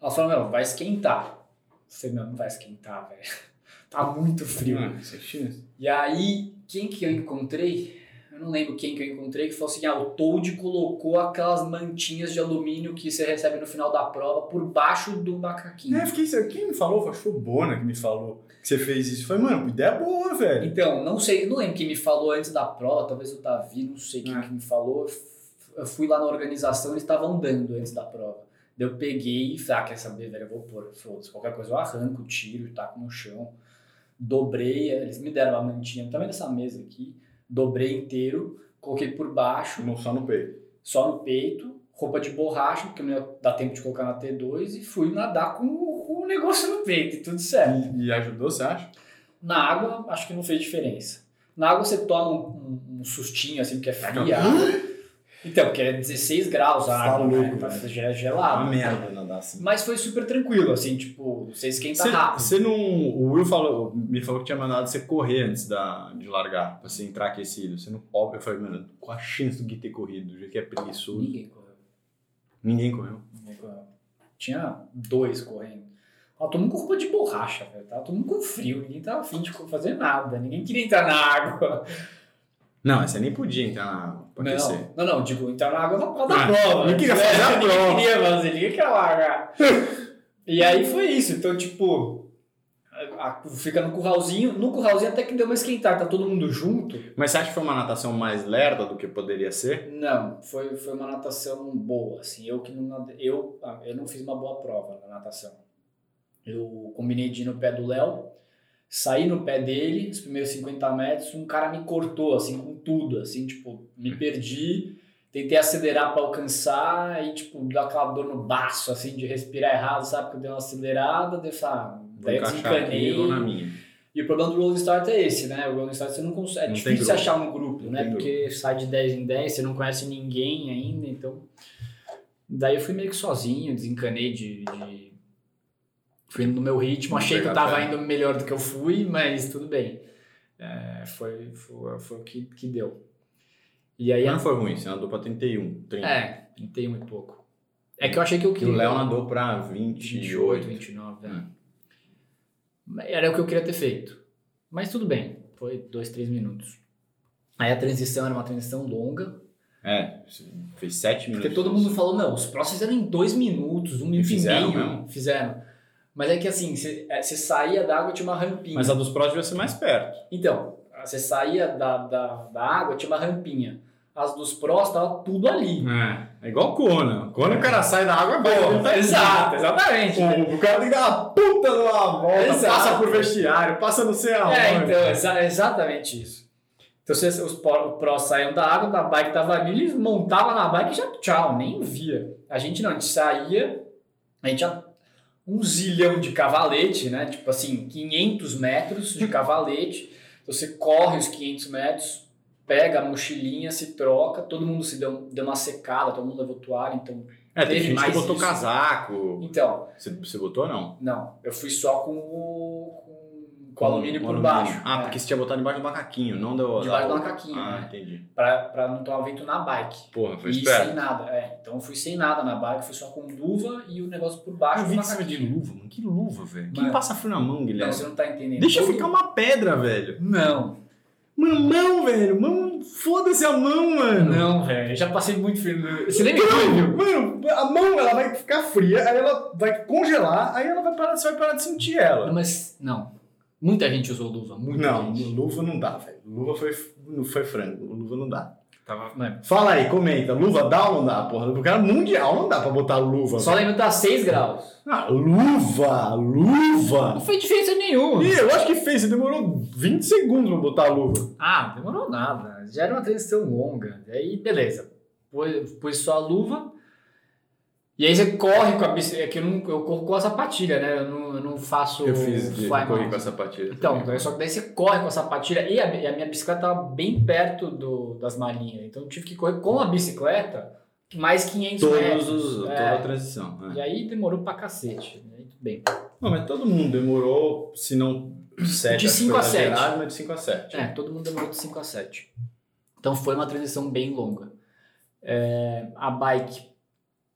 [SPEAKER 2] Ela falou, meu, vai esquentar. Eu falei, meu, não vai esquentar, velho. Tá muito frio.
[SPEAKER 1] Ah, isso é chinês.
[SPEAKER 2] E aí, quem que eu encontrei? Eu não lembro quem que eu encontrei, que falou assim: ah, o Toad colocou aquelas mantinhas de alumínio que você recebe no final da prova por baixo do macaquinho.
[SPEAKER 1] É, fiquei, sabe, quem me falou? Foi a Chubona que me falou que você fez isso. Foi, mano, ideia é boa, velho.
[SPEAKER 2] Então, não sei, não lembro quem me falou antes da prova, talvez o Davi, não sei quem
[SPEAKER 1] Ah.
[SPEAKER 2] que me falou. Eu f- Eu fui lá na organização, eles estavam dando antes da prova. Daí eu peguei e falei, ah, quer saber, velho, eu vou pôr. Foda-se, qualquer coisa eu arranco, tiro, taco no chão. Dobrei, eles me deram uma mantinha também dessa mesa aqui. Dobrei inteiro, coloquei por baixo,
[SPEAKER 1] Não só no peito.
[SPEAKER 2] só no peito, roupa de borracha, porque não ia dar tempo de colocar na T2, e fui nadar com, o- com o negócio no peito, e tudo certo.
[SPEAKER 1] E, e ajudou, você acha?
[SPEAKER 2] Na água, acho que não fez diferença. Na água você toma um, um- um sustinho, assim, porque é fria. a água. Então, porque é 16 graus a
[SPEAKER 1] Tá
[SPEAKER 2] água,
[SPEAKER 1] louco,
[SPEAKER 2] né?
[SPEAKER 1] velho.
[SPEAKER 2] Já é
[SPEAKER 1] Ah,
[SPEAKER 2] gelado.
[SPEAKER 1] merda nadar assim.
[SPEAKER 2] Mas foi super tranquilo, assim, tipo, você
[SPEAKER 1] tá
[SPEAKER 2] esquenta rápido.
[SPEAKER 1] Você não. O Will falou, me falou que tinha mandado você correr antes da, de largar, pra você entrar aquecido. Você não óbvio, Eu falei, mano, qual a chance do Gui ter corrido? Do jeito que é preguiçoso.
[SPEAKER 2] Ninguém correu.
[SPEAKER 1] Ninguém correu.
[SPEAKER 2] Ninguém correu. Tinha dois correndo. Tava todo mundo com roupa de borracha, velho. Tava todo mundo com frio. Ninguém tava afim de fazer nada. Ninguém queria entrar na água.
[SPEAKER 1] Não, você nem tá? podia entrar na água pra aquecer.
[SPEAKER 2] Não, não, não. Digo, entrar na água na prova da
[SPEAKER 1] Ah,
[SPEAKER 2] prova. Né?
[SPEAKER 1] ninguém queria fazer a
[SPEAKER 2] Ninguém
[SPEAKER 1] prova.
[SPEAKER 2] queria fazer. Ninguém queria largar. e aí foi isso. Então, tipo... a- a- fica no curralzinho. No curralzinho até que deu uma esquentada. Tá todo mundo junto.
[SPEAKER 1] Mas você acha que foi uma natação mais lerda do que poderia ser?
[SPEAKER 2] Não, foi, foi uma natação boa, assim, eu que não nade- eu, ah, eu não fiz uma boa prova na natação. Eu combinei de ir no pé do Léo, saí no pé dele, os primeiros 50 metros, um cara me cortou, assim, com tudo, assim, tipo, me
[SPEAKER 1] Hum.
[SPEAKER 2] perdi, tentei acelerar pra alcançar e, tipo, deu aquela dor no baço, assim, de respirar errado, sabe, que eu dei uma acelerada, daí eu falei, ah,
[SPEAKER 1] Vou
[SPEAKER 2] daí eu
[SPEAKER 1] encaixar aqui
[SPEAKER 2] desencanei.
[SPEAKER 1] e vou na minha.
[SPEAKER 2] E o problema do Rolling Start é esse, né? O Rolling Start você não consegue. É
[SPEAKER 1] Não tem
[SPEAKER 2] difícil
[SPEAKER 1] grupo.
[SPEAKER 2] achar um grupo,
[SPEAKER 1] Não
[SPEAKER 2] né?
[SPEAKER 1] tem
[SPEAKER 2] Porque sai de 10 em 10, você não conhece ninguém ainda, então. Daí eu fui meio que sozinho, desencanei de. de- Fui indo no meu ritmo,
[SPEAKER 1] Não
[SPEAKER 2] achei que eu
[SPEAKER 1] pegar
[SPEAKER 2] tava
[SPEAKER 1] pé.
[SPEAKER 2] indo melhor do que eu fui, mas tudo bem. É, foi, foi, foi o que, que deu. E aí.
[SPEAKER 1] Mas não foi ruim, você nadou pra 31, 30.
[SPEAKER 2] É, tem muito pouco. É que eu achei que eu
[SPEAKER 1] E
[SPEAKER 2] queria.
[SPEAKER 1] o Léo nadou pra 28.
[SPEAKER 2] 29, é.
[SPEAKER 1] Hum.
[SPEAKER 2] Hum. Era o que eu queria ter feito. Mas tudo bem, foi dois, três minutos. Aí a transição era uma transição longa,
[SPEAKER 1] É, fez 7 minutos.
[SPEAKER 2] porque todo mundo falou, não, os próximos eram em dois minutos, um minuto e
[SPEAKER 1] fizeram
[SPEAKER 2] meio.
[SPEAKER 1] mesmo?
[SPEAKER 2] Fizeram. Mas é que assim, você é, você saía da água, tinha uma rampinha.
[SPEAKER 1] Mas a dos prós devia ser mais perto.
[SPEAKER 2] Então, você saía da, da, da água, tinha uma rampinha. As dos prós, tava tudo ali.
[SPEAKER 1] É. É igual o Conan. Quando o cara sai da água, vai. ele tá-
[SPEAKER 2] exato, exatamente.
[SPEAKER 1] O, o cara tem que dar uma puta numa volta,
[SPEAKER 2] Exato.
[SPEAKER 1] passa por vestiário, passa não sei aonde.
[SPEAKER 2] É, então, exa exatamente isso. Então, se os pró- prós saíam da água, da bike tava ali, eles montavam na bike e já tchau, nem via. A gente não, a gente saía, a gente já um zilhão de cavalete, né? Tipo assim, 500 metros de cavalete. Então, você corre os 500 metros, pega a mochilinha, se troca, todo mundo se deu, deu uma secada, todo mundo levou toalha, então...
[SPEAKER 1] É, tem
[SPEAKER 2] Teve
[SPEAKER 1] gente que
[SPEAKER 2] mais
[SPEAKER 1] botou
[SPEAKER 2] isso.
[SPEAKER 1] casaco.
[SPEAKER 2] Então,
[SPEAKER 1] Você, você botou ou não?
[SPEAKER 2] não, eu fui só com o, com, com o alumínio por baixo.
[SPEAKER 1] Ah,
[SPEAKER 2] né?
[SPEAKER 1] porque você tinha botado debaixo do macaquinho, não do.
[SPEAKER 2] Debaixo
[SPEAKER 1] da-
[SPEAKER 2] do macaquinho,
[SPEAKER 1] Ah,
[SPEAKER 2] né?
[SPEAKER 1] entendi.
[SPEAKER 2] pra, pra não tomar vento na bike.
[SPEAKER 1] Porra, foi
[SPEAKER 2] E
[SPEAKER 1] esperto.
[SPEAKER 2] sem nada, é. Então eu fui sem nada na bike, fui só com luva e o negócio por baixo.
[SPEAKER 1] Eu vi
[SPEAKER 2] uma
[SPEAKER 1] que você de luva, mano. Que luva, velho. Quem
[SPEAKER 2] Mano.
[SPEAKER 1] passa frio na mão,
[SPEAKER 2] Não,
[SPEAKER 1] Guilherme?
[SPEAKER 2] você não tá entendendo.
[SPEAKER 1] Deixa
[SPEAKER 2] Todo-
[SPEAKER 1] ficar um uma pedra, velho.
[SPEAKER 2] Não,
[SPEAKER 1] Mano, mão, velho. Mão, foda-se a mão, mano.
[SPEAKER 2] não, velho. Eu já passei muito frio. Você lembra?
[SPEAKER 1] Não, mano, a mão ela vai ficar fria, aí ela vai congelar, aí ela vai parar, você vai parar de sentir ela.
[SPEAKER 2] Mas, não. Muita gente usou luva, muita
[SPEAKER 1] Não,
[SPEAKER 2] gente.
[SPEAKER 1] luva não dá, velho. Luva foi, não foi frango, luva não dá.
[SPEAKER 2] Tava... Mano,
[SPEAKER 1] Fala aí, comenta. Luva dá ou não dá, porra? O cara mundial não dá pra botar luva.
[SPEAKER 2] só
[SPEAKER 1] velho.
[SPEAKER 2] lembro que tá 6 graus.
[SPEAKER 1] Ah, luva,
[SPEAKER 2] Não
[SPEAKER 1] luva.
[SPEAKER 2] foi diferença nenhuma.
[SPEAKER 1] Ih, eu acho que fez, você demorou 20 segundos pra botar a luva.
[SPEAKER 2] Ah, demorou nada. Já era uma transição longa. E aí, beleza. Pôs, pôs só a luva. E aí você corre com a bicicleta. É que eu, não, eu corro com a sapatilha, né? Eu não, eu não faço fly mount.
[SPEAKER 1] sapatilha.
[SPEAKER 2] Então, daí- só que daí você corre com a sapatilha. E a, e a minha bicicleta tava bem perto do, das malinhas. Então eu tive que correr com a bicicleta mais 500
[SPEAKER 1] todos
[SPEAKER 2] metros.
[SPEAKER 1] os,
[SPEAKER 2] É.
[SPEAKER 1] toda a transição. né?
[SPEAKER 2] E aí demorou pra cacete. Aí tudo bem.
[SPEAKER 1] Não, mas todo mundo demorou, se não 7
[SPEAKER 2] De cinco a sete.
[SPEAKER 1] mas de 5 a 7.
[SPEAKER 2] É, todo mundo demorou de 5 a 7. Então foi uma transição bem longa. É, a bike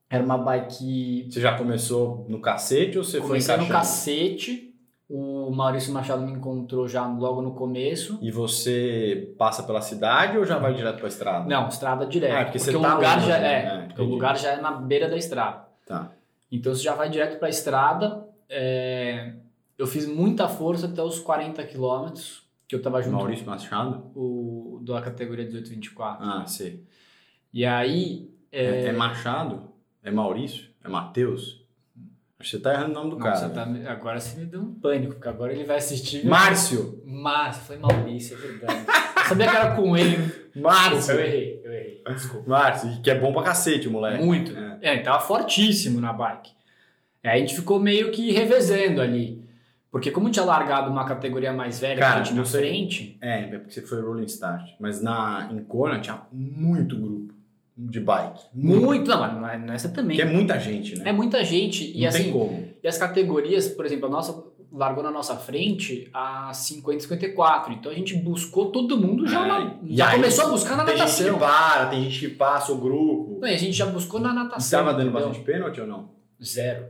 [SPEAKER 2] era uma bike
[SPEAKER 1] Você já começou no cacete ou você foi
[SPEAKER 2] comecei no
[SPEAKER 1] encaixando?
[SPEAKER 2] cacete. O Maurício Machado me encontrou já logo no começo.
[SPEAKER 1] E você passa pela cidade ou já vai direto pra estrada?
[SPEAKER 2] Não, estrada direta.
[SPEAKER 1] Ah, porque você
[SPEAKER 2] o
[SPEAKER 1] tá
[SPEAKER 2] lugar
[SPEAKER 1] longe,
[SPEAKER 2] já
[SPEAKER 1] né?
[SPEAKER 2] é,
[SPEAKER 1] É,
[SPEAKER 2] porque o
[SPEAKER 1] entendi.
[SPEAKER 2] lugar já é na beira da estrada.
[SPEAKER 1] Tá.
[SPEAKER 2] Então você já vai direto pra estrada. É, eu fiz muita força até os 40 quilômetros que eu tava junto
[SPEAKER 1] Maurício Machado?
[SPEAKER 2] com o da categoria 18-24.
[SPEAKER 1] Ah, sei.
[SPEAKER 2] E aí
[SPEAKER 1] É, é Machado? É Maurício? É Matheus? Acho que você tá errando o nome do
[SPEAKER 2] Nossa,
[SPEAKER 1] cara.
[SPEAKER 2] tá me- agora você me deu um pânico, porque agora ele vai assistir.
[SPEAKER 1] Márcio!
[SPEAKER 2] Márcio, foi Maurício, é verdade. Eu sabia que era com ele. Eu
[SPEAKER 1] Márcio!
[SPEAKER 2] errei, eu errei. Desculpa.
[SPEAKER 1] Márcio, que é bom pra cacete, moleque.
[SPEAKER 2] Muito.
[SPEAKER 1] É.
[SPEAKER 2] É, ele tava fortíssimo na bike. É, a gente ficou meio que revezando ali. Porque como tinha largado uma categoria mais velha
[SPEAKER 1] Cara,
[SPEAKER 2] que a gente na
[SPEAKER 1] não sei.
[SPEAKER 2] frente,
[SPEAKER 1] É, é porque você foi Rolling Start. Mas na em Kona tinha muito grupo de bike.
[SPEAKER 2] muito. Não, mas não é- nessa também.
[SPEAKER 1] Que é muita gente,
[SPEAKER 2] É
[SPEAKER 1] né?
[SPEAKER 2] muita gente.
[SPEAKER 1] Não
[SPEAKER 2] e
[SPEAKER 1] tem
[SPEAKER 2] assim,
[SPEAKER 1] como.
[SPEAKER 2] E as categorias, por exemplo, a nossa largou na nossa frente a 50 54. Então a gente buscou todo mundo já,
[SPEAKER 1] É,
[SPEAKER 2] na-
[SPEAKER 1] e
[SPEAKER 2] já
[SPEAKER 1] aí,
[SPEAKER 2] começou a buscar na
[SPEAKER 1] Tem gente que
[SPEAKER 2] natação.
[SPEAKER 1] para, tem gente que passa o grupo.
[SPEAKER 2] Não, e a gente já buscou na natação.
[SPEAKER 1] Estava dando
[SPEAKER 2] entendeu?
[SPEAKER 1] bastante pênalti ou não?
[SPEAKER 2] Zero.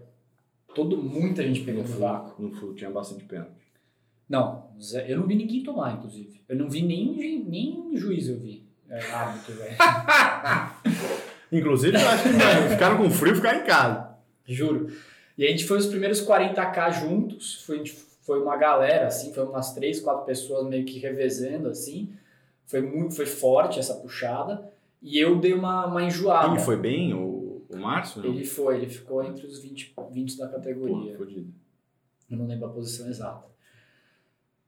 [SPEAKER 2] Todo muita gente pegou
[SPEAKER 1] No
[SPEAKER 2] no vácuo.
[SPEAKER 1] flu, no flu tinha bastante pênalti.
[SPEAKER 2] Não, ze- eu não vi ninguém tomar, inclusive. Eu não vi nem, ju- nem juiz, eu vi. É, árbitro, velho.
[SPEAKER 1] Inclusive, eu acho que mano, ficaram com frio ficaram em casa.
[SPEAKER 2] Juro. E a gente foi os primeiros 40k juntos, foi, a gente- foi uma galera, assim, foi umas três, quatro pessoas meio que revezando, assim. Foi muito, foi forte essa puxada. E eu dei uma, uma enjoada.
[SPEAKER 1] Ele foi bem, o, o Márcio? Não?
[SPEAKER 2] Ele é foi, ele ficou entre os 20, 20 da
[SPEAKER 1] Porra,
[SPEAKER 2] categoria.
[SPEAKER 1] fodido.
[SPEAKER 2] Eu não lembro a posição exata.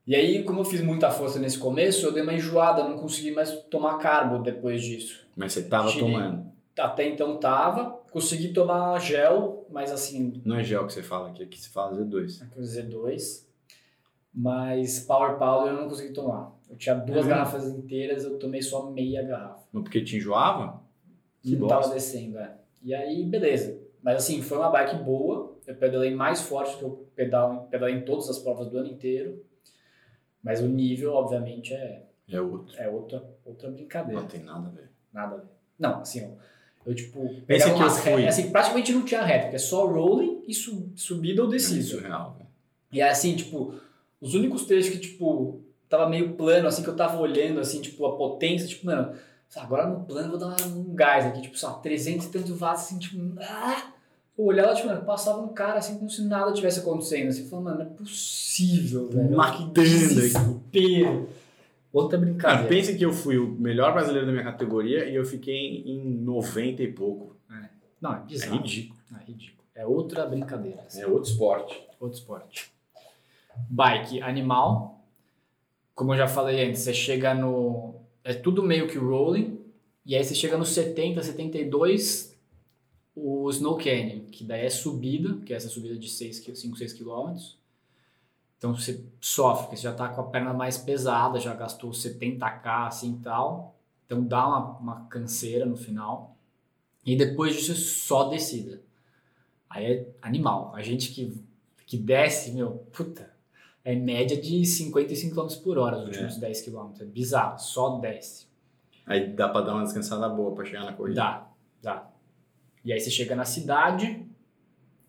[SPEAKER 2] E aí, como eu fiz muita força nesse começo, eu dei uma enjoada, não consegui mais tomar carbo depois disso.
[SPEAKER 1] Mas você tava
[SPEAKER 2] Tirei.
[SPEAKER 1] tomando.
[SPEAKER 2] Até então tava, consegui tomar gel, mas assim, é
[SPEAKER 1] Não é gel que você fala aqui, aqui se fala é Z2.
[SPEAKER 2] aquele Z2, mas Power Powder eu não consegui tomar. Eu tinha duas
[SPEAKER 1] mesmo?
[SPEAKER 2] garrafas inteiras, eu tomei só meia garrafa.
[SPEAKER 1] Mas porque te enjoava? Que
[SPEAKER 2] não
[SPEAKER 1] bosta.
[SPEAKER 2] tava descendo, é. E aí, beleza. Mas assim, foi uma bike boa, eu pedalei mais forte que eu pedal, pedalei em todas as provas do ano inteiro, mas o nível, obviamente, é,
[SPEAKER 1] É outro.
[SPEAKER 2] é outra, outra brincadeira.
[SPEAKER 1] Não tem nada a ver. É
[SPEAKER 2] Nada a ver. Não, assim, ó, eu tipo.
[SPEAKER 1] Pensa que
[SPEAKER 2] pegava
[SPEAKER 1] eu
[SPEAKER 2] umas
[SPEAKER 1] fui.
[SPEAKER 2] re- assim, praticamente não tinha reta, porque é só rolling e su- subida ou
[SPEAKER 1] Isso é
[SPEAKER 2] descida.
[SPEAKER 1] surreal, velho.
[SPEAKER 2] E aí, assim, tipo, os únicos trechos que, tipo, tava meio plano, assim, que eu tava olhando, assim, tipo, a potência, tipo, mano, agora no plano eu vou dar um gás aqui, tipo, só 300 e tanto watts, assim, tipo, ah! Eu olhava, tipo, mano, passava um cara, assim, como se nada tivesse acontecendo, assim, falando, mano, não é possível, velho.
[SPEAKER 1] Marquitando
[SPEAKER 2] Desespero. Outra
[SPEAKER 1] Cara,
[SPEAKER 2] brincadeira.
[SPEAKER 1] pensa que eu fui o melhor brasileiro da minha categoria e eu fiquei em 90 e pouco.
[SPEAKER 2] Não, é
[SPEAKER 1] É
[SPEAKER 2] bizarro.
[SPEAKER 1] ridículo.
[SPEAKER 2] É ridículo. É outra brincadeira. assim.
[SPEAKER 1] É outro esporte.
[SPEAKER 2] Outro esporte. Bike, animal. Como eu já falei antes, você chega no. É tudo meio que rolling. E aí você chega nos 70, 72, o Snow Canyon, que daí é subida, que é essa subida de 6, qui- 5, 6 quilômetros. Então você sofre, porque você já tá com a perna mais pesada, já gastou 70k assim e tal. Então dá uma, uma canseira no final. E depois disso é só descida. Aí é animal. A gente que que desce, meu, puta, é média de 55 km por hora os últimos 10 km. É bizarro, só desce.
[SPEAKER 1] Aí dá pra dar uma descansada boa pra chegar na corrida.
[SPEAKER 2] Dá, dá. E aí você chega na cidade,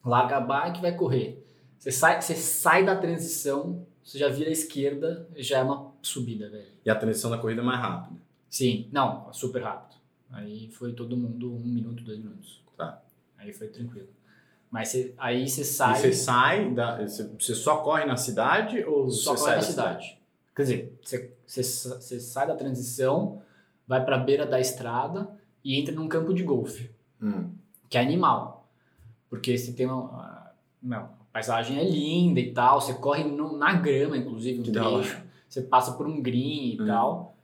[SPEAKER 2] larga a bike e vai correr. Você sai, você sai da transição, você já vira à esquerda, já é uma subida, velho.
[SPEAKER 1] E a transição da corrida é mais rápida.
[SPEAKER 2] Sim, não, super rápido. Aí foi todo mundo um minuto, dois minutos.
[SPEAKER 1] Tá.
[SPEAKER 2] Aí foi tranquilo. Mas você- aí você sai.
[SPEAKER 1] E você sai, da, você você só corre na cidade ou
[SPEAKER 2] só
[SPEAKER 1] você
[SPEAKER 2] corre
[SPEAKER 1] sai
[SPEAKER 2] da cidade. Quer dizer, você, você, sa- você sai da transição, vai pra beira da estrada e entra num campo de golfe,
[SPEAKER 1] Hum.
[SPEAKER 2] que é animal. Porque você tem uma. ah, Não, a paisagem é linda e tal, você corre no- na grama, inclusive, um
[SPEAKER 1] Que da
[SPEAKER 2] trecho. Você passa por um green e
[SPEAKER 1] Hum.
[SPEAKER 2] tal.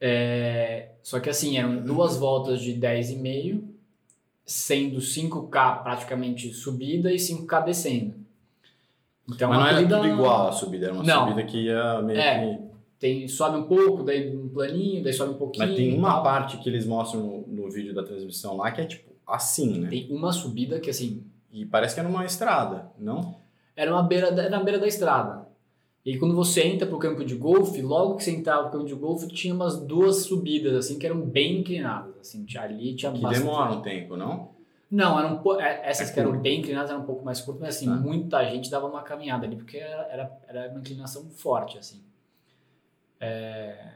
[SPEAKER 2] É, só que assim, eram duas voltas de 10,5, sendo 5K praticamente subida e 5K descendo. Então,
[SPEAKER 1] Mas
[SPEAKER 2] uma
[SPEAKER 1] não era
[SPEAKER 2] corrida-
[SPEAKER 1] tudo igual a subida, era uma
[SPEAKER 2] Não.
[SPEAKER 1] subida que ia meio
[SPEAKER 2] É.
[SPEAKER 1] que.
[SPEAKER 2] tem, sobe um pouco, daí um planinho, daí sobe um pouquinho.
[SPEAKER 1] Mas tem
[SPEAKER 2] e
[SPEAKER 1] uma
[SPEAKER 2] tal.
[SPEAKER 1] parte que eles mostram no, no vídeo da transmissão lá que é tipo assim, né?
[SPEAKER 2] Tem uma subida que assim,
[SPEAKER 1] E parece que é numa estrada, não?
[SPEAKER 2] era uma beira da, era na beira da estrada. E quando você entra pro campo de golfe, logo que você entrava pro campo de golfe, tinha umas duas subidas assim que eram bem inclinadas, assim, tinha ali tinha
[SPEAKER 1] Que
[SPEAKER 2] bastante-
[SPEAKER 1] demora um tempo, não?
[SPEAKER 2] Não, eram um po- é- essas
[SPEAKER 1] É
[SPEAKER 2] que eram
[SPEAKER 1] curto.
[SPEAKER 2] bem inclinadas eram um pouco mais curtas, mas assim,
[SPEAKER 1] Tá.
[SPEAKER 2] muita gente dava uma caminhada ali porque era, era, era uma inclinação forte assim.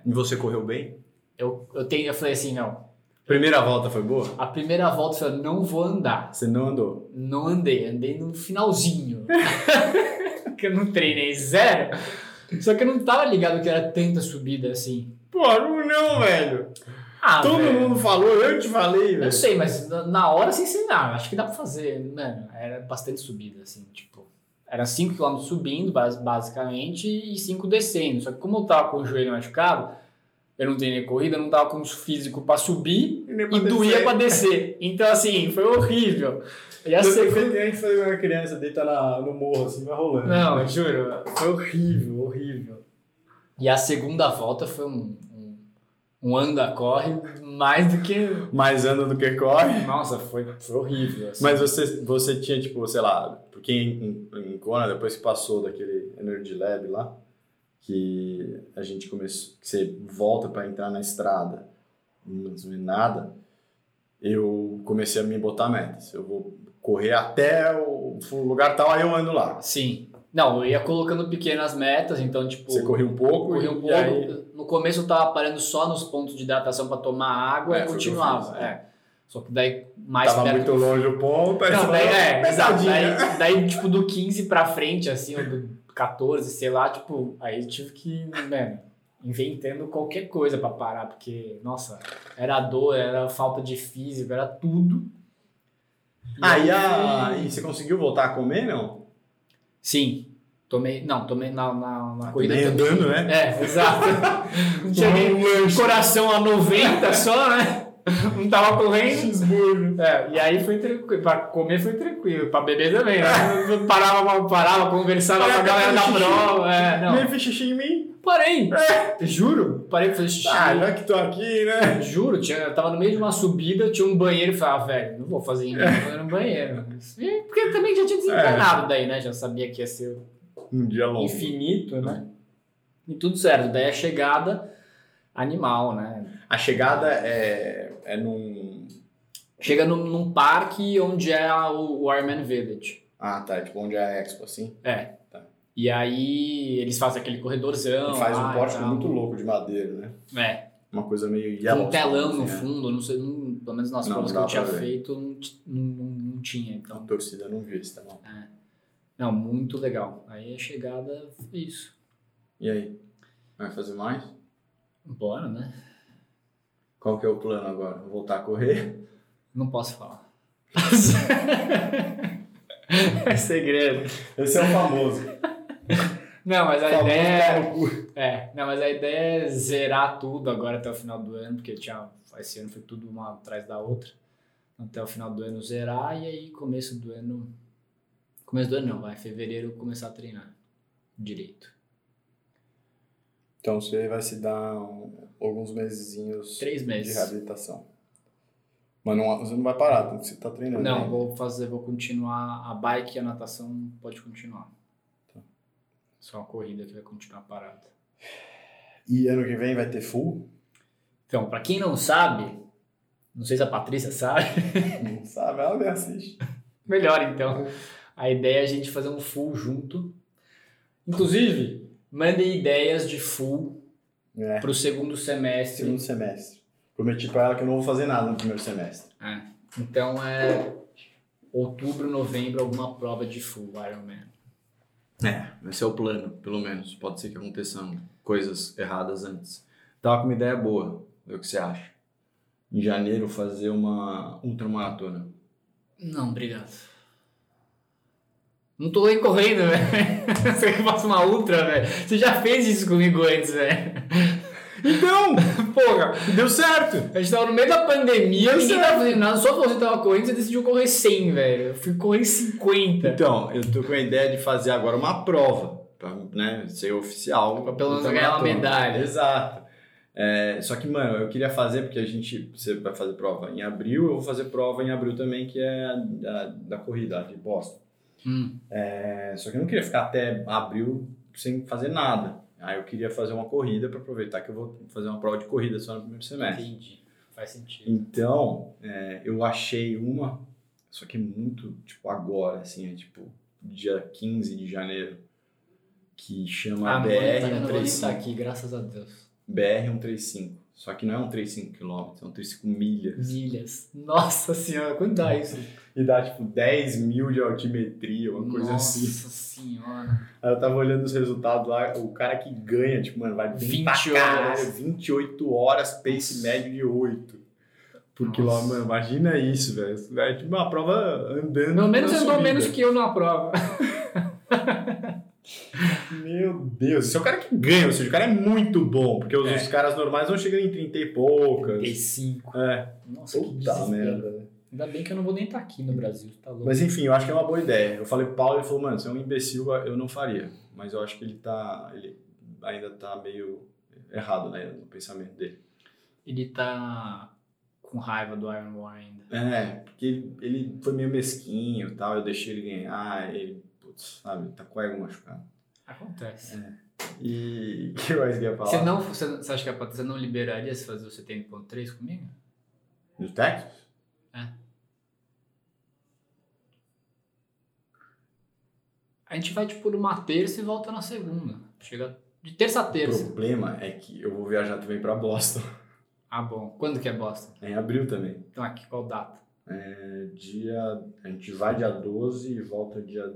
[SPEAKER 1] E você correu bem?
[SPEAKER 2] Eu eu tenho, eu falei assim, não,
[SPEAKER 1] Primeira volta foi boa?
[SPEAKER 2] a primeira volta eu falei, não vou andar.
[SPEAKER 1] Você não andou.
[SPEAKER 2] Não andei, andei no finalzinho. que eu não treinei zero. Só que eu não tava ligado que era tanta subida assim.
[SPEAKER 1] Pô, não, velho.
[SPEAKER 2] Ah,
[SPEAKER 1] Todo
[SPEAKER 2] velho.
[SPEAKER 1] mundo falou, eu te falei,
[SPEAKER 2] Eu
[SPEAKER 1] velho.
[SPEAKER 2] sei, mas na- na hora, assim, sei lá, acho que dá pra fazer. Mano, era bastante subida, assim, tipo. Era 5km subindo, bas- basicamente, e 5 descendo. Só que como eu tava com o joelho machucado, eu não treinei corrida, eu não tava com o físico pra subir
[SPEAKER 1] nem pra
[SPEAKER 2] e doía
[SPEAKER 1] descer.
[SPEAKER 2] pra descer. Então, assim, foi horrível. E a
[SPEAKER 1] Eu sei
[SPEAKER 2] segunda.
[SPEAKER 1] que a gente foi uma criança deitar na- no morro, assim, vai rolando.
[SPEAKER 2] Não, eu juro, foi horrível, horrível. E a segunda volta foi um, um, um anda-corre mais do que.
[SPEAKER 1] Mais anda do que corre.
[SPEAKER 2] Nossa, foi, foi horrível. assim.
[SPEAKER 1] Mas você, você tinha, tipo, sei lá, porque em, em, em Kona, depois que passou daquele Energy Lab lá, que a gente começou, que você volta pra entrar na estrada, não resume nada, eu comecei a me botar metas. Eu vou correr até o o lugar tal, aí eu ando lá.
[SPEAKER 2] Sim. Não, eu ia colocando pequenas metas, então, tipo,
[SPEAKER 1] Você corria um pouco,
[SPEAKER 2] corria
[SPEAKER 1] e
[SPEAKER 2] um pouco.
[SPEAKER 1] aí-
[SPEAKER 2] No começo eu tava parando só nos pontos de hidratação pra tomar água
[SPEAKER 1] É,
[SPEAKER 2] e
[SPEAKER 1] foi o que eu
[SPEAKER 2] continuava.
[SPEAKER 1] fiz,
[SPEAKER 2] é. Só que daí mais
[SPEAKER 1] tava
[SPEAKER 2] perto.
[SPEAKER 1] muito longe o ponto, aí você
[SPEAKER 2] Não, daí,
[SPEAKER 1] falou, "Ah,
[SPEAKER 2] é, exato.
[SPEAKER 1] "Pesadinha".
[SPEAKER 2] Daí, daí, tipo, do 15 pra frente, assim, ou do 14, sei lá, tipo, aí eu tive que, né, inventando qualquer coisa pra parar, porque, nossa, era dor, era falta de físico, era tudo. E
[SPEAKER 1] Ah, e, a, e você conseguiu voltar a comer, não?
[SPEAKER 2] Sim. Tomei. Não, tomei na, na, na corrida.
[SPEAKER 1] Meio
[SPEAKER 2] também.
[SPEAKER 1] andando, né?
[SPEAKER 2] É, exato. Cheguei
[SPEAKER 1] Um lanche.
[SPEAKER 2] com o coração a 90 só, né? Não tava correndo.
[SPEAKER 1] Cheeseburger.
[SPEAKER 2] É, e aí foi tranquilo. Pra comer foi tranquilo. Pra beber também, né? Eu Parava, parava, conversava com a galera da prova. É, não.
[SPEAKER 1] Nem fiz xixi em mim.
[SPEAKER 2] Parei. Juro. Parei pra fazer xixi.
[SPEAKER 1] É. Ah, já que tô aqui, né?
[SPEAKER 2] Juro, tinha, eu tava no meio de uma subida, tinha um banheiro e falei, ah, velho, não vou fazer em
[SPEAKER 1] É.
[SPEAKER 2] mim, vou fazer no banheiro. E- Porque eu também já tinha desencanado daí, né? Já sabia que ia ser
[SPEAKER 1] Um dia longo.
[SPEAKER 2] infinito,
[SPEAKER 1] então.
[SPEAKER 2] né? E tudo certo. Daí é a chegada animal, né?
[SPEAKER 1] A chegada é, é num.
[SPEAKER 2] Chega num, num parque onde é a- o, o Iron Man Village.
[SPEAKER 1] Ah, tá. Tipo, onde é a Expo, assim.
[SPEAKER 2] E aí eles fazem aquele corredorzão.
[SPEAKER 1] e faz
[SPEAKER 2] lá
[SPEAKER 1] um
[SPEAKER 2] e
[SPEAKER 1] pórtico
[SPEAKER 2] tal.
[SPEAKER 1] muito louco de madeira, né?
[SPEAKER 2] É,
[SPEAKER 1] Uma coisa meio
[SPEAKER 2] então. com
[SPEAKER 1] yellow.
[SPEAKER 2] um telão
[SPEAKER 1] assim,
[SPEAKER 2] no
[SPEAKER 1] né?
[SPEAKER 2] fundo, não sei, não- pelo menos nas
[SPEAKER 1] Não,
[SPEAKER 2] provas que
[SPEAKER 1] não
[SPEAKER 2] eu
[SPEAKER 1] dá pra
[SPEAKER 2] tinha
[SPEAKER 1] ver.
[SPEAKER 2] feito, não, ti- não, não- não tinha.
[SPEAKER 1] A
[SPEAKER 2] Então,
[SPEAKER 1] torcida não viu esse telão.
[SPEAKER 2] não, muito legal. Aí a chegada foi isso.
[SPEAKER 1] E aí? Vai fazer mais?
[SPEAKER 2] Bora, né?
[SPEAKER 1] Qual que é o plano agora? Voltar a correr?
[SPEAKER 2] Não posso falar. é segredo.
[SPEAKER 1] Esse é o famoso.
[SPEAKER 2] Não, mas a
[SPEAKER 1] famoso
[SPEAKER 2] ideia
[SPEAKER 1] pau no cu.
[SPEAKER 2] É, não, mas a ideia é zerar tudo agora até o final do ano, porque tinha, esse ano foi tudo uma atrás da outra. Até o final do ano zerar e aí começo do ano. Começo do ano não, vai. Fevereiro começar a treinar direito.
[SPEAKER 1] Então você vai se dar um- alguns mesezinhos
[SPEAKER 2] Três
[SPEAKER 1] de
[SPEAKER 2] meses.
[SPEAKER 1] reabilitação. Mas não, você não vai parar, porque você tá treinando.
[SPEAKER 2] Não,
[SPEAKER 1] né?
[SPEAKER 2] vou fazer, vou continuar. A bike e a natação pode continuar.
[SPEAKER 1] Tá.
[SPEAKER 2] Só a corrida que vai continuar parada.
[SPEAKER 1] E ano que vem vai ter full?
[SPEAKER 2] Então, pra quem não sabe, não sei se a Patrícia sabe.
[SPEAKER 1] Não sabe, ela me assiste.
[SPEAKER 2] Melhor então. A ideia é a gente fazer um full junto. Inclusive, mandem ideias de full
[SPEAKER 1] É,
[SPEAKER 2] pro segundo semestre.
[SPEAKER 1] segundo semestre. Prometi pra ela que eu não vou fazer nada no primeiro semestre.
[SPEAKER 2] É. Então é outubro, novembro, alguma prova de full Ironman.
[SPEAKER 1] É, esse é o plano, pelo menos. Pode ser que aconteçam coisas erradas antes. Tava com uma ideia boa, vê o que você acha. Em janeiro fazer uma ultramaratona.
[SPEAKER 2] Não, obrigado. Não tô nem correndo, velho. Você que faça uma ultra, velho. Você já fez isso comigo antes, velho.
[SPEAKER 1] Então,
[SPEAKER 2] Porra,
[SPEAKER 1] deu certo!
[SPEAKER 2] a gente tava no meio da pandemia,
[SPEAKER 1] Eu
[SPEAKER 2] ninguém
[SPEAKER 1] sei.
[SPEAKER 2] tava fazendo nada, só você tava correndo, você decidiu correr 100, velho. Eu fui correr 50.
[SPEAKER 1] Então, eu tô com a ideia de fazer agora uma prova, pra, né, ser oficial.
[SPEAKER 2] Pra pelo menos
[SPEAKER 1] Então,
[SPEAKER 2] ganhar uma
[SPEAKER 1] maratona.
[SPEAKER 2] medalha.
[SPEAKER 1] Exato. É, só que, mano, eu queria fazer, porque a gente, você vai fazer prova em abril, eu vou fazer prova em abril também, que é a da, da corrida, a de Boston.
[SPEAKER 2] Hum,
[SPEAKER 1] É, só que eu não queria ficar até abril sem fazer nada. Aí eu queria fazer uma corrida pra aproveitar que eu vou fazer uma prova de corrida só no primeiro semestre.
[SPEAKER 2] entendi. Faz sentido.
[SPEAKER 1] Então, é, eu achei uma, só que muito, tipo, agora, assim, é tipo, dia 15 de janeiro, que chama
[SPEAKER 2] Ah, mano, tá vendo? Eu vou nem tá
[SPEAKER 1] BR-135.
[SPEAKER 2] aqui, graças a Deus.
[SPEAKER 1] BR-135. Só que não é um 35 quilômetros, é um 35
[SPEAKER 2] Uhum.
[SPEAKER 1] milhas.
[SPEAKER 2] Milhas. Nossa senhora, quanto dá isso?
[SPEAKER 1] E dá tipo 10 mil de altimetria, uma coisa
[SPEAKER 2] Nossa
[SPEAKER 1] assim.
[SPEAKER 2] senhora.
[SPEAKER 1] Aí eu tava olhando os resultados lá, o cara que ganha, tipo, mano, vai bem
[SPEAKER 2] 20
[SPEAKER 1] pra caralho,
[SPEAKER 2] horas.
[SPEAKER 1] 28 horas, pace médio de 8. Por
[SPEAKER 2] Nossa.
[SPEAKER 1] quilômetro, mano, imagina isso, velho. É tipo uma prova andando.
[SPEAKER 2] Pelo menos
[SPEAKER 1] na
[SPEAKER 2] andou
[SPEAKER 1] subida.
[SPEAKER 2] menos que eu na prova.
[SPEAKER 1] Meu Deus, esse é o cara que ganha, ou seja, o cara é muito bom, porque os,
[SPEAKER 2] É.
[SPEAKER 1] os caras normais vão chegando em 30 e poucas.
[SPEAKER 2] 35.
[SPEAKER 1] É,
[SPEAKER 2] Nossa, que
[SPEAKER 1] puta
[SPEAKER 2] desespero.
[SPEAKER 1] merda, né?
[SPEAKER 2] Ainda bem que eu não vou nem estar aqui no Brasil, tá louco?
[SPEAKER 1] Mas enfim, eu acho que é uma boa ideia. Eu falei pro Paulo, ele falou, mano, você é um imbecil, eu não faria. Mas eu acho que ele tá. Ele ainda tá meio errado, né? No pensamento dele.
[SPEAKER 2] Ele tá com raiva do Iron War ainda.
[SPEAKER 1] É, porque ele, ele foi meio mesquinho e tal, eu deixei ele ganhar, ele, putz, sabe, tá com o ego machucado.
[SPEAKER 2] Acontece.
[SPEAKER 1] E o que mais que eu ia falar?
[SPEAKER 2] Você não, você, você acha que a Patrícia não liberaria se fazer o 70.3 comigo?
[SPEAKER 1] No Texas?
[SPEAKER 2] A gente vai tipo numa terça e volta na segunda. Chega de terça a
[SPEAKER 1] O
[SPEAKER 2] terça.
[SPEAKER 1] problema é que eu vou viajar também pra Boston.
[SPEAKER 2] Ah, bom. Quando que é Boston?
[SPEAKER 1] Em abril também.
[SPEAKER 2] Então aqui, qual data?
[SPEAKER 1] É dia. A gente vai dia 12 e volta dia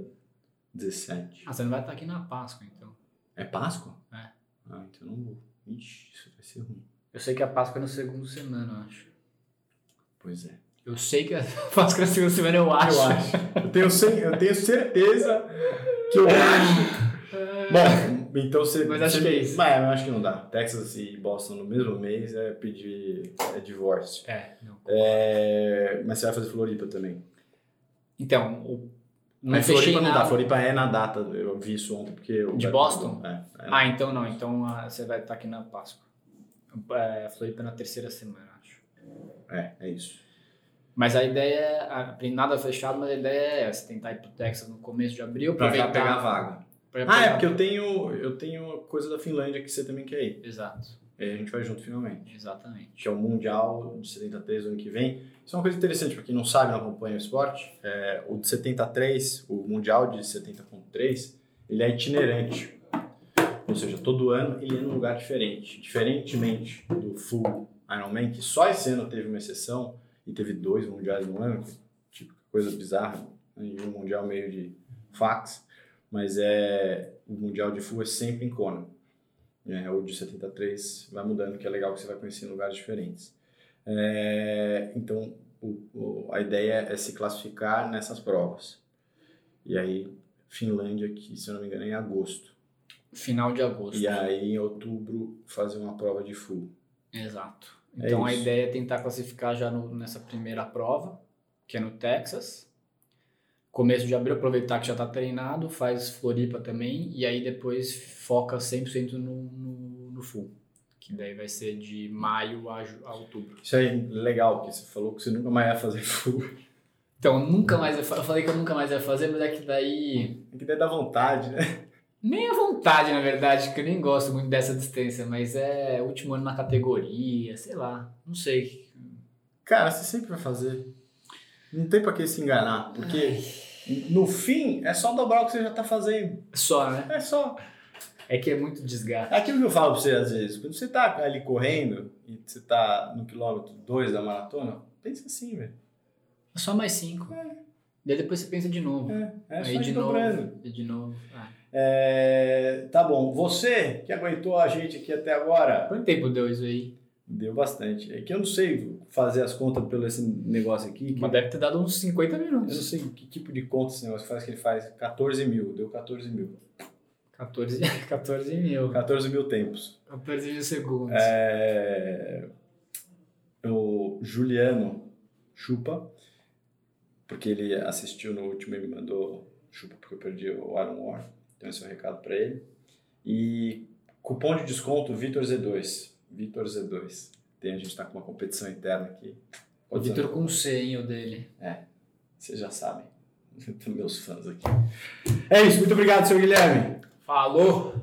[SPEAKER 1] 17.
[SPEAKER 2] Ah, você não vai estar aqui na Páscoa, então.
[SPEAKER 1] É Páscoa?
[SPEAKER 2] É.
[SPEAKER 1] Ah, então eu não vou. Ixi, isso vai ser ruim.
[SPEAKER 2] Eu sei que a Páscoa é na segunda semana, eu acho.
[SPEAKER 1] Pois é.
[SPEAKER 2] Eu sei que a Páscoa é na segunda semana, eu acho.
[SPEAKER 1] Eu acho. Eu tenho, ce- eu tenho certeza que eu acho. Bom, então você.
[SPEAKER 2] É. Mas acho
[SPEAKER 1] você-
[SPEAKER 2] que é isso.
[SPEAKER 1] Mas eu acho que não dá. Texas e Boston no mesmo mês é pedir é divórcio.
[SPEAKER 2] É, não.
[SPEAKER 1] É, mas você vai fazer Floripa também.
[SPEAKER 2] Então, o- não
[SPEAKER 1] mas
[SPEAKER 2] fechei
[SPEAKER 1] Floripa não dá.
[SPEAKER 2] nada.
[SPEAKER 1] Floripa é na data. Eu vi isso ontem porque. eu-
[SPEAKER 2] De Boston?
[SPEAKER 1] É. é
[SPEAKER 2] Ah, então não. Então ah, você vai estar aqui na Páscoa. É, Floripa na terceira semana, acho. Ah.
[SPEAKER 1] É, é isso.
[SPEAKER 2] Mas a ideia é. a- tem Nada fechado, mas a ideia é essa: tentar ir pro Texas no começo de abril.
[SPEAKER 1] Pra já
[SPEAKER 2] aproveitar-
[SPEAKER 1] pegar a vaga.
[SPEAKER 2] pra
[SPEAKER 1] Ah, é
[SPEAKER 2] pegar-
[SPEAKER 1] porque eu tenho, eu tenho coisa da Finlândia que você também quer ir.
[SPEAKER 2] Exato,
[SPEAKER 1] E a gente vai junto finalmente.
[SPEAKER 2] exatamente.
[SPEAKER 1] Que é o Mundial de 73 do ano que vem. Isso é uma coisa interessante para quem não sabe, não acompanha o esporte. É, o de 73, o Mundial de 70.3, ele é itinerante. Ou seja, todo ano ele é num lugar diferente. Diferentemente do Full Ironman, que só esse ano teve uma exceção e teve dois mundiais no ano, que, tipo, coisa bizarra. né? E um mundial meio de fax. Mas é o mundial de full é sempre em Kona. É, o de 73 vai mudando, que é legal que você vai conhecendo lugares diferentes. É, então, o- o- a ideia é se classificar nessas provas. E aí, Finlândia, que se eu não me engano é em agosto.
[SPEAKER 2] Final de agosto.
[SPEAKER 1] E aí, em outubro, fazer uma prova de full.
[SPEAKER 2] Exato.
[SPEAKER 1] É
[SPEAKER 2] Então a
[SPEAKER 1] isso.
[SPEAKER 2] ideia é tentar classificar já no- nessa primeira prova, que é no Texas. Começo de abril, aproveitar que já está treinado, faz Floripa também, e aí depois foca 100% no, no, no full. Que daí vai ser de maio a, ju- a outubro.
[SPEAKER 1] Isso aí é legal, que você falou que você nunca mais ia fazer full.
[SPEAKER 2] Então, nunca mais ia fa- eu falei que eu nunca mais ia fazer, mas é que daí.
[SPEAKER 1] É que daí dá vontade, né?
[SPEAKER 2] Nem à vontade, na verdade, que eu nem gosto muito dessa distância, mas é último ano na categoria, sei lá, não sei.
[SPEAKER 1] Cara, você sempre vai fazer. Não tem pra que se enganar, porque no fim é só dobrar o que você já tá fazendo.
[SPEAKER 2] Só, né?
[SPEAKER 1] É só.
[SPEAKER 2] É que é muito desgaste.
[SPEAKER 1] É aquilo que eu falo pra você às vezes. Quando você tá ali correndo e você tá no quilômetro 2 da maratona, pensa assim, velho.
[SPEAKER 2] É Só mais cinco. Daí depois você pensa de novo.
[SPEAKER 1] É, é
[SPEAKER 2] Aí
[SPEAKER 1] só
[SPEAKER 2] de
[SPEAKER 1] ir dobrando.
[SPEAKER 2] novo. E de novo. Ah.
[SPEAKER 1] É, tá bom. Você que aguentou a gente aqui até agora,
[SPEAKER 2] Quanto tempo deu isso aí?
[SPEAKER 1] deu bastante. É que eu não sei fazer as contas pelo esse negócio aqui. que-
[SPEAKER 2] Mas deve ter dado uns 50
[SPEAKER 1] eu não
[SPEAKER 2] minutos.
[SPEAKER 1] sei que tipo de conta esse negócio faz, que ele faz 14 mil. Deu 14 mil.
[SPEAKER 2] 14, 14 mil.
[SPEAKER 1] 14 mil tempos.
[SPEAKER 2] 14 mil segundos.
[SPEAKER 1] É, o Juliano Chupa, porque ele assistiu no último e me mandou Chupa porque eu perdi o Iron War. Então esse é o recado para ele. E cupom de desconto Vitor Z2. Vitor Z2. Tem, a gente tá com uma competição interna aqui.
[SPEAKER 2] o Vitor com C, hein, o dele.
[SPEAKER 1] Vocês já sabem. Meus fãs aqui. É isso. Muito obrigado, seu Guilherme.
[SPEAKER 2] Falou!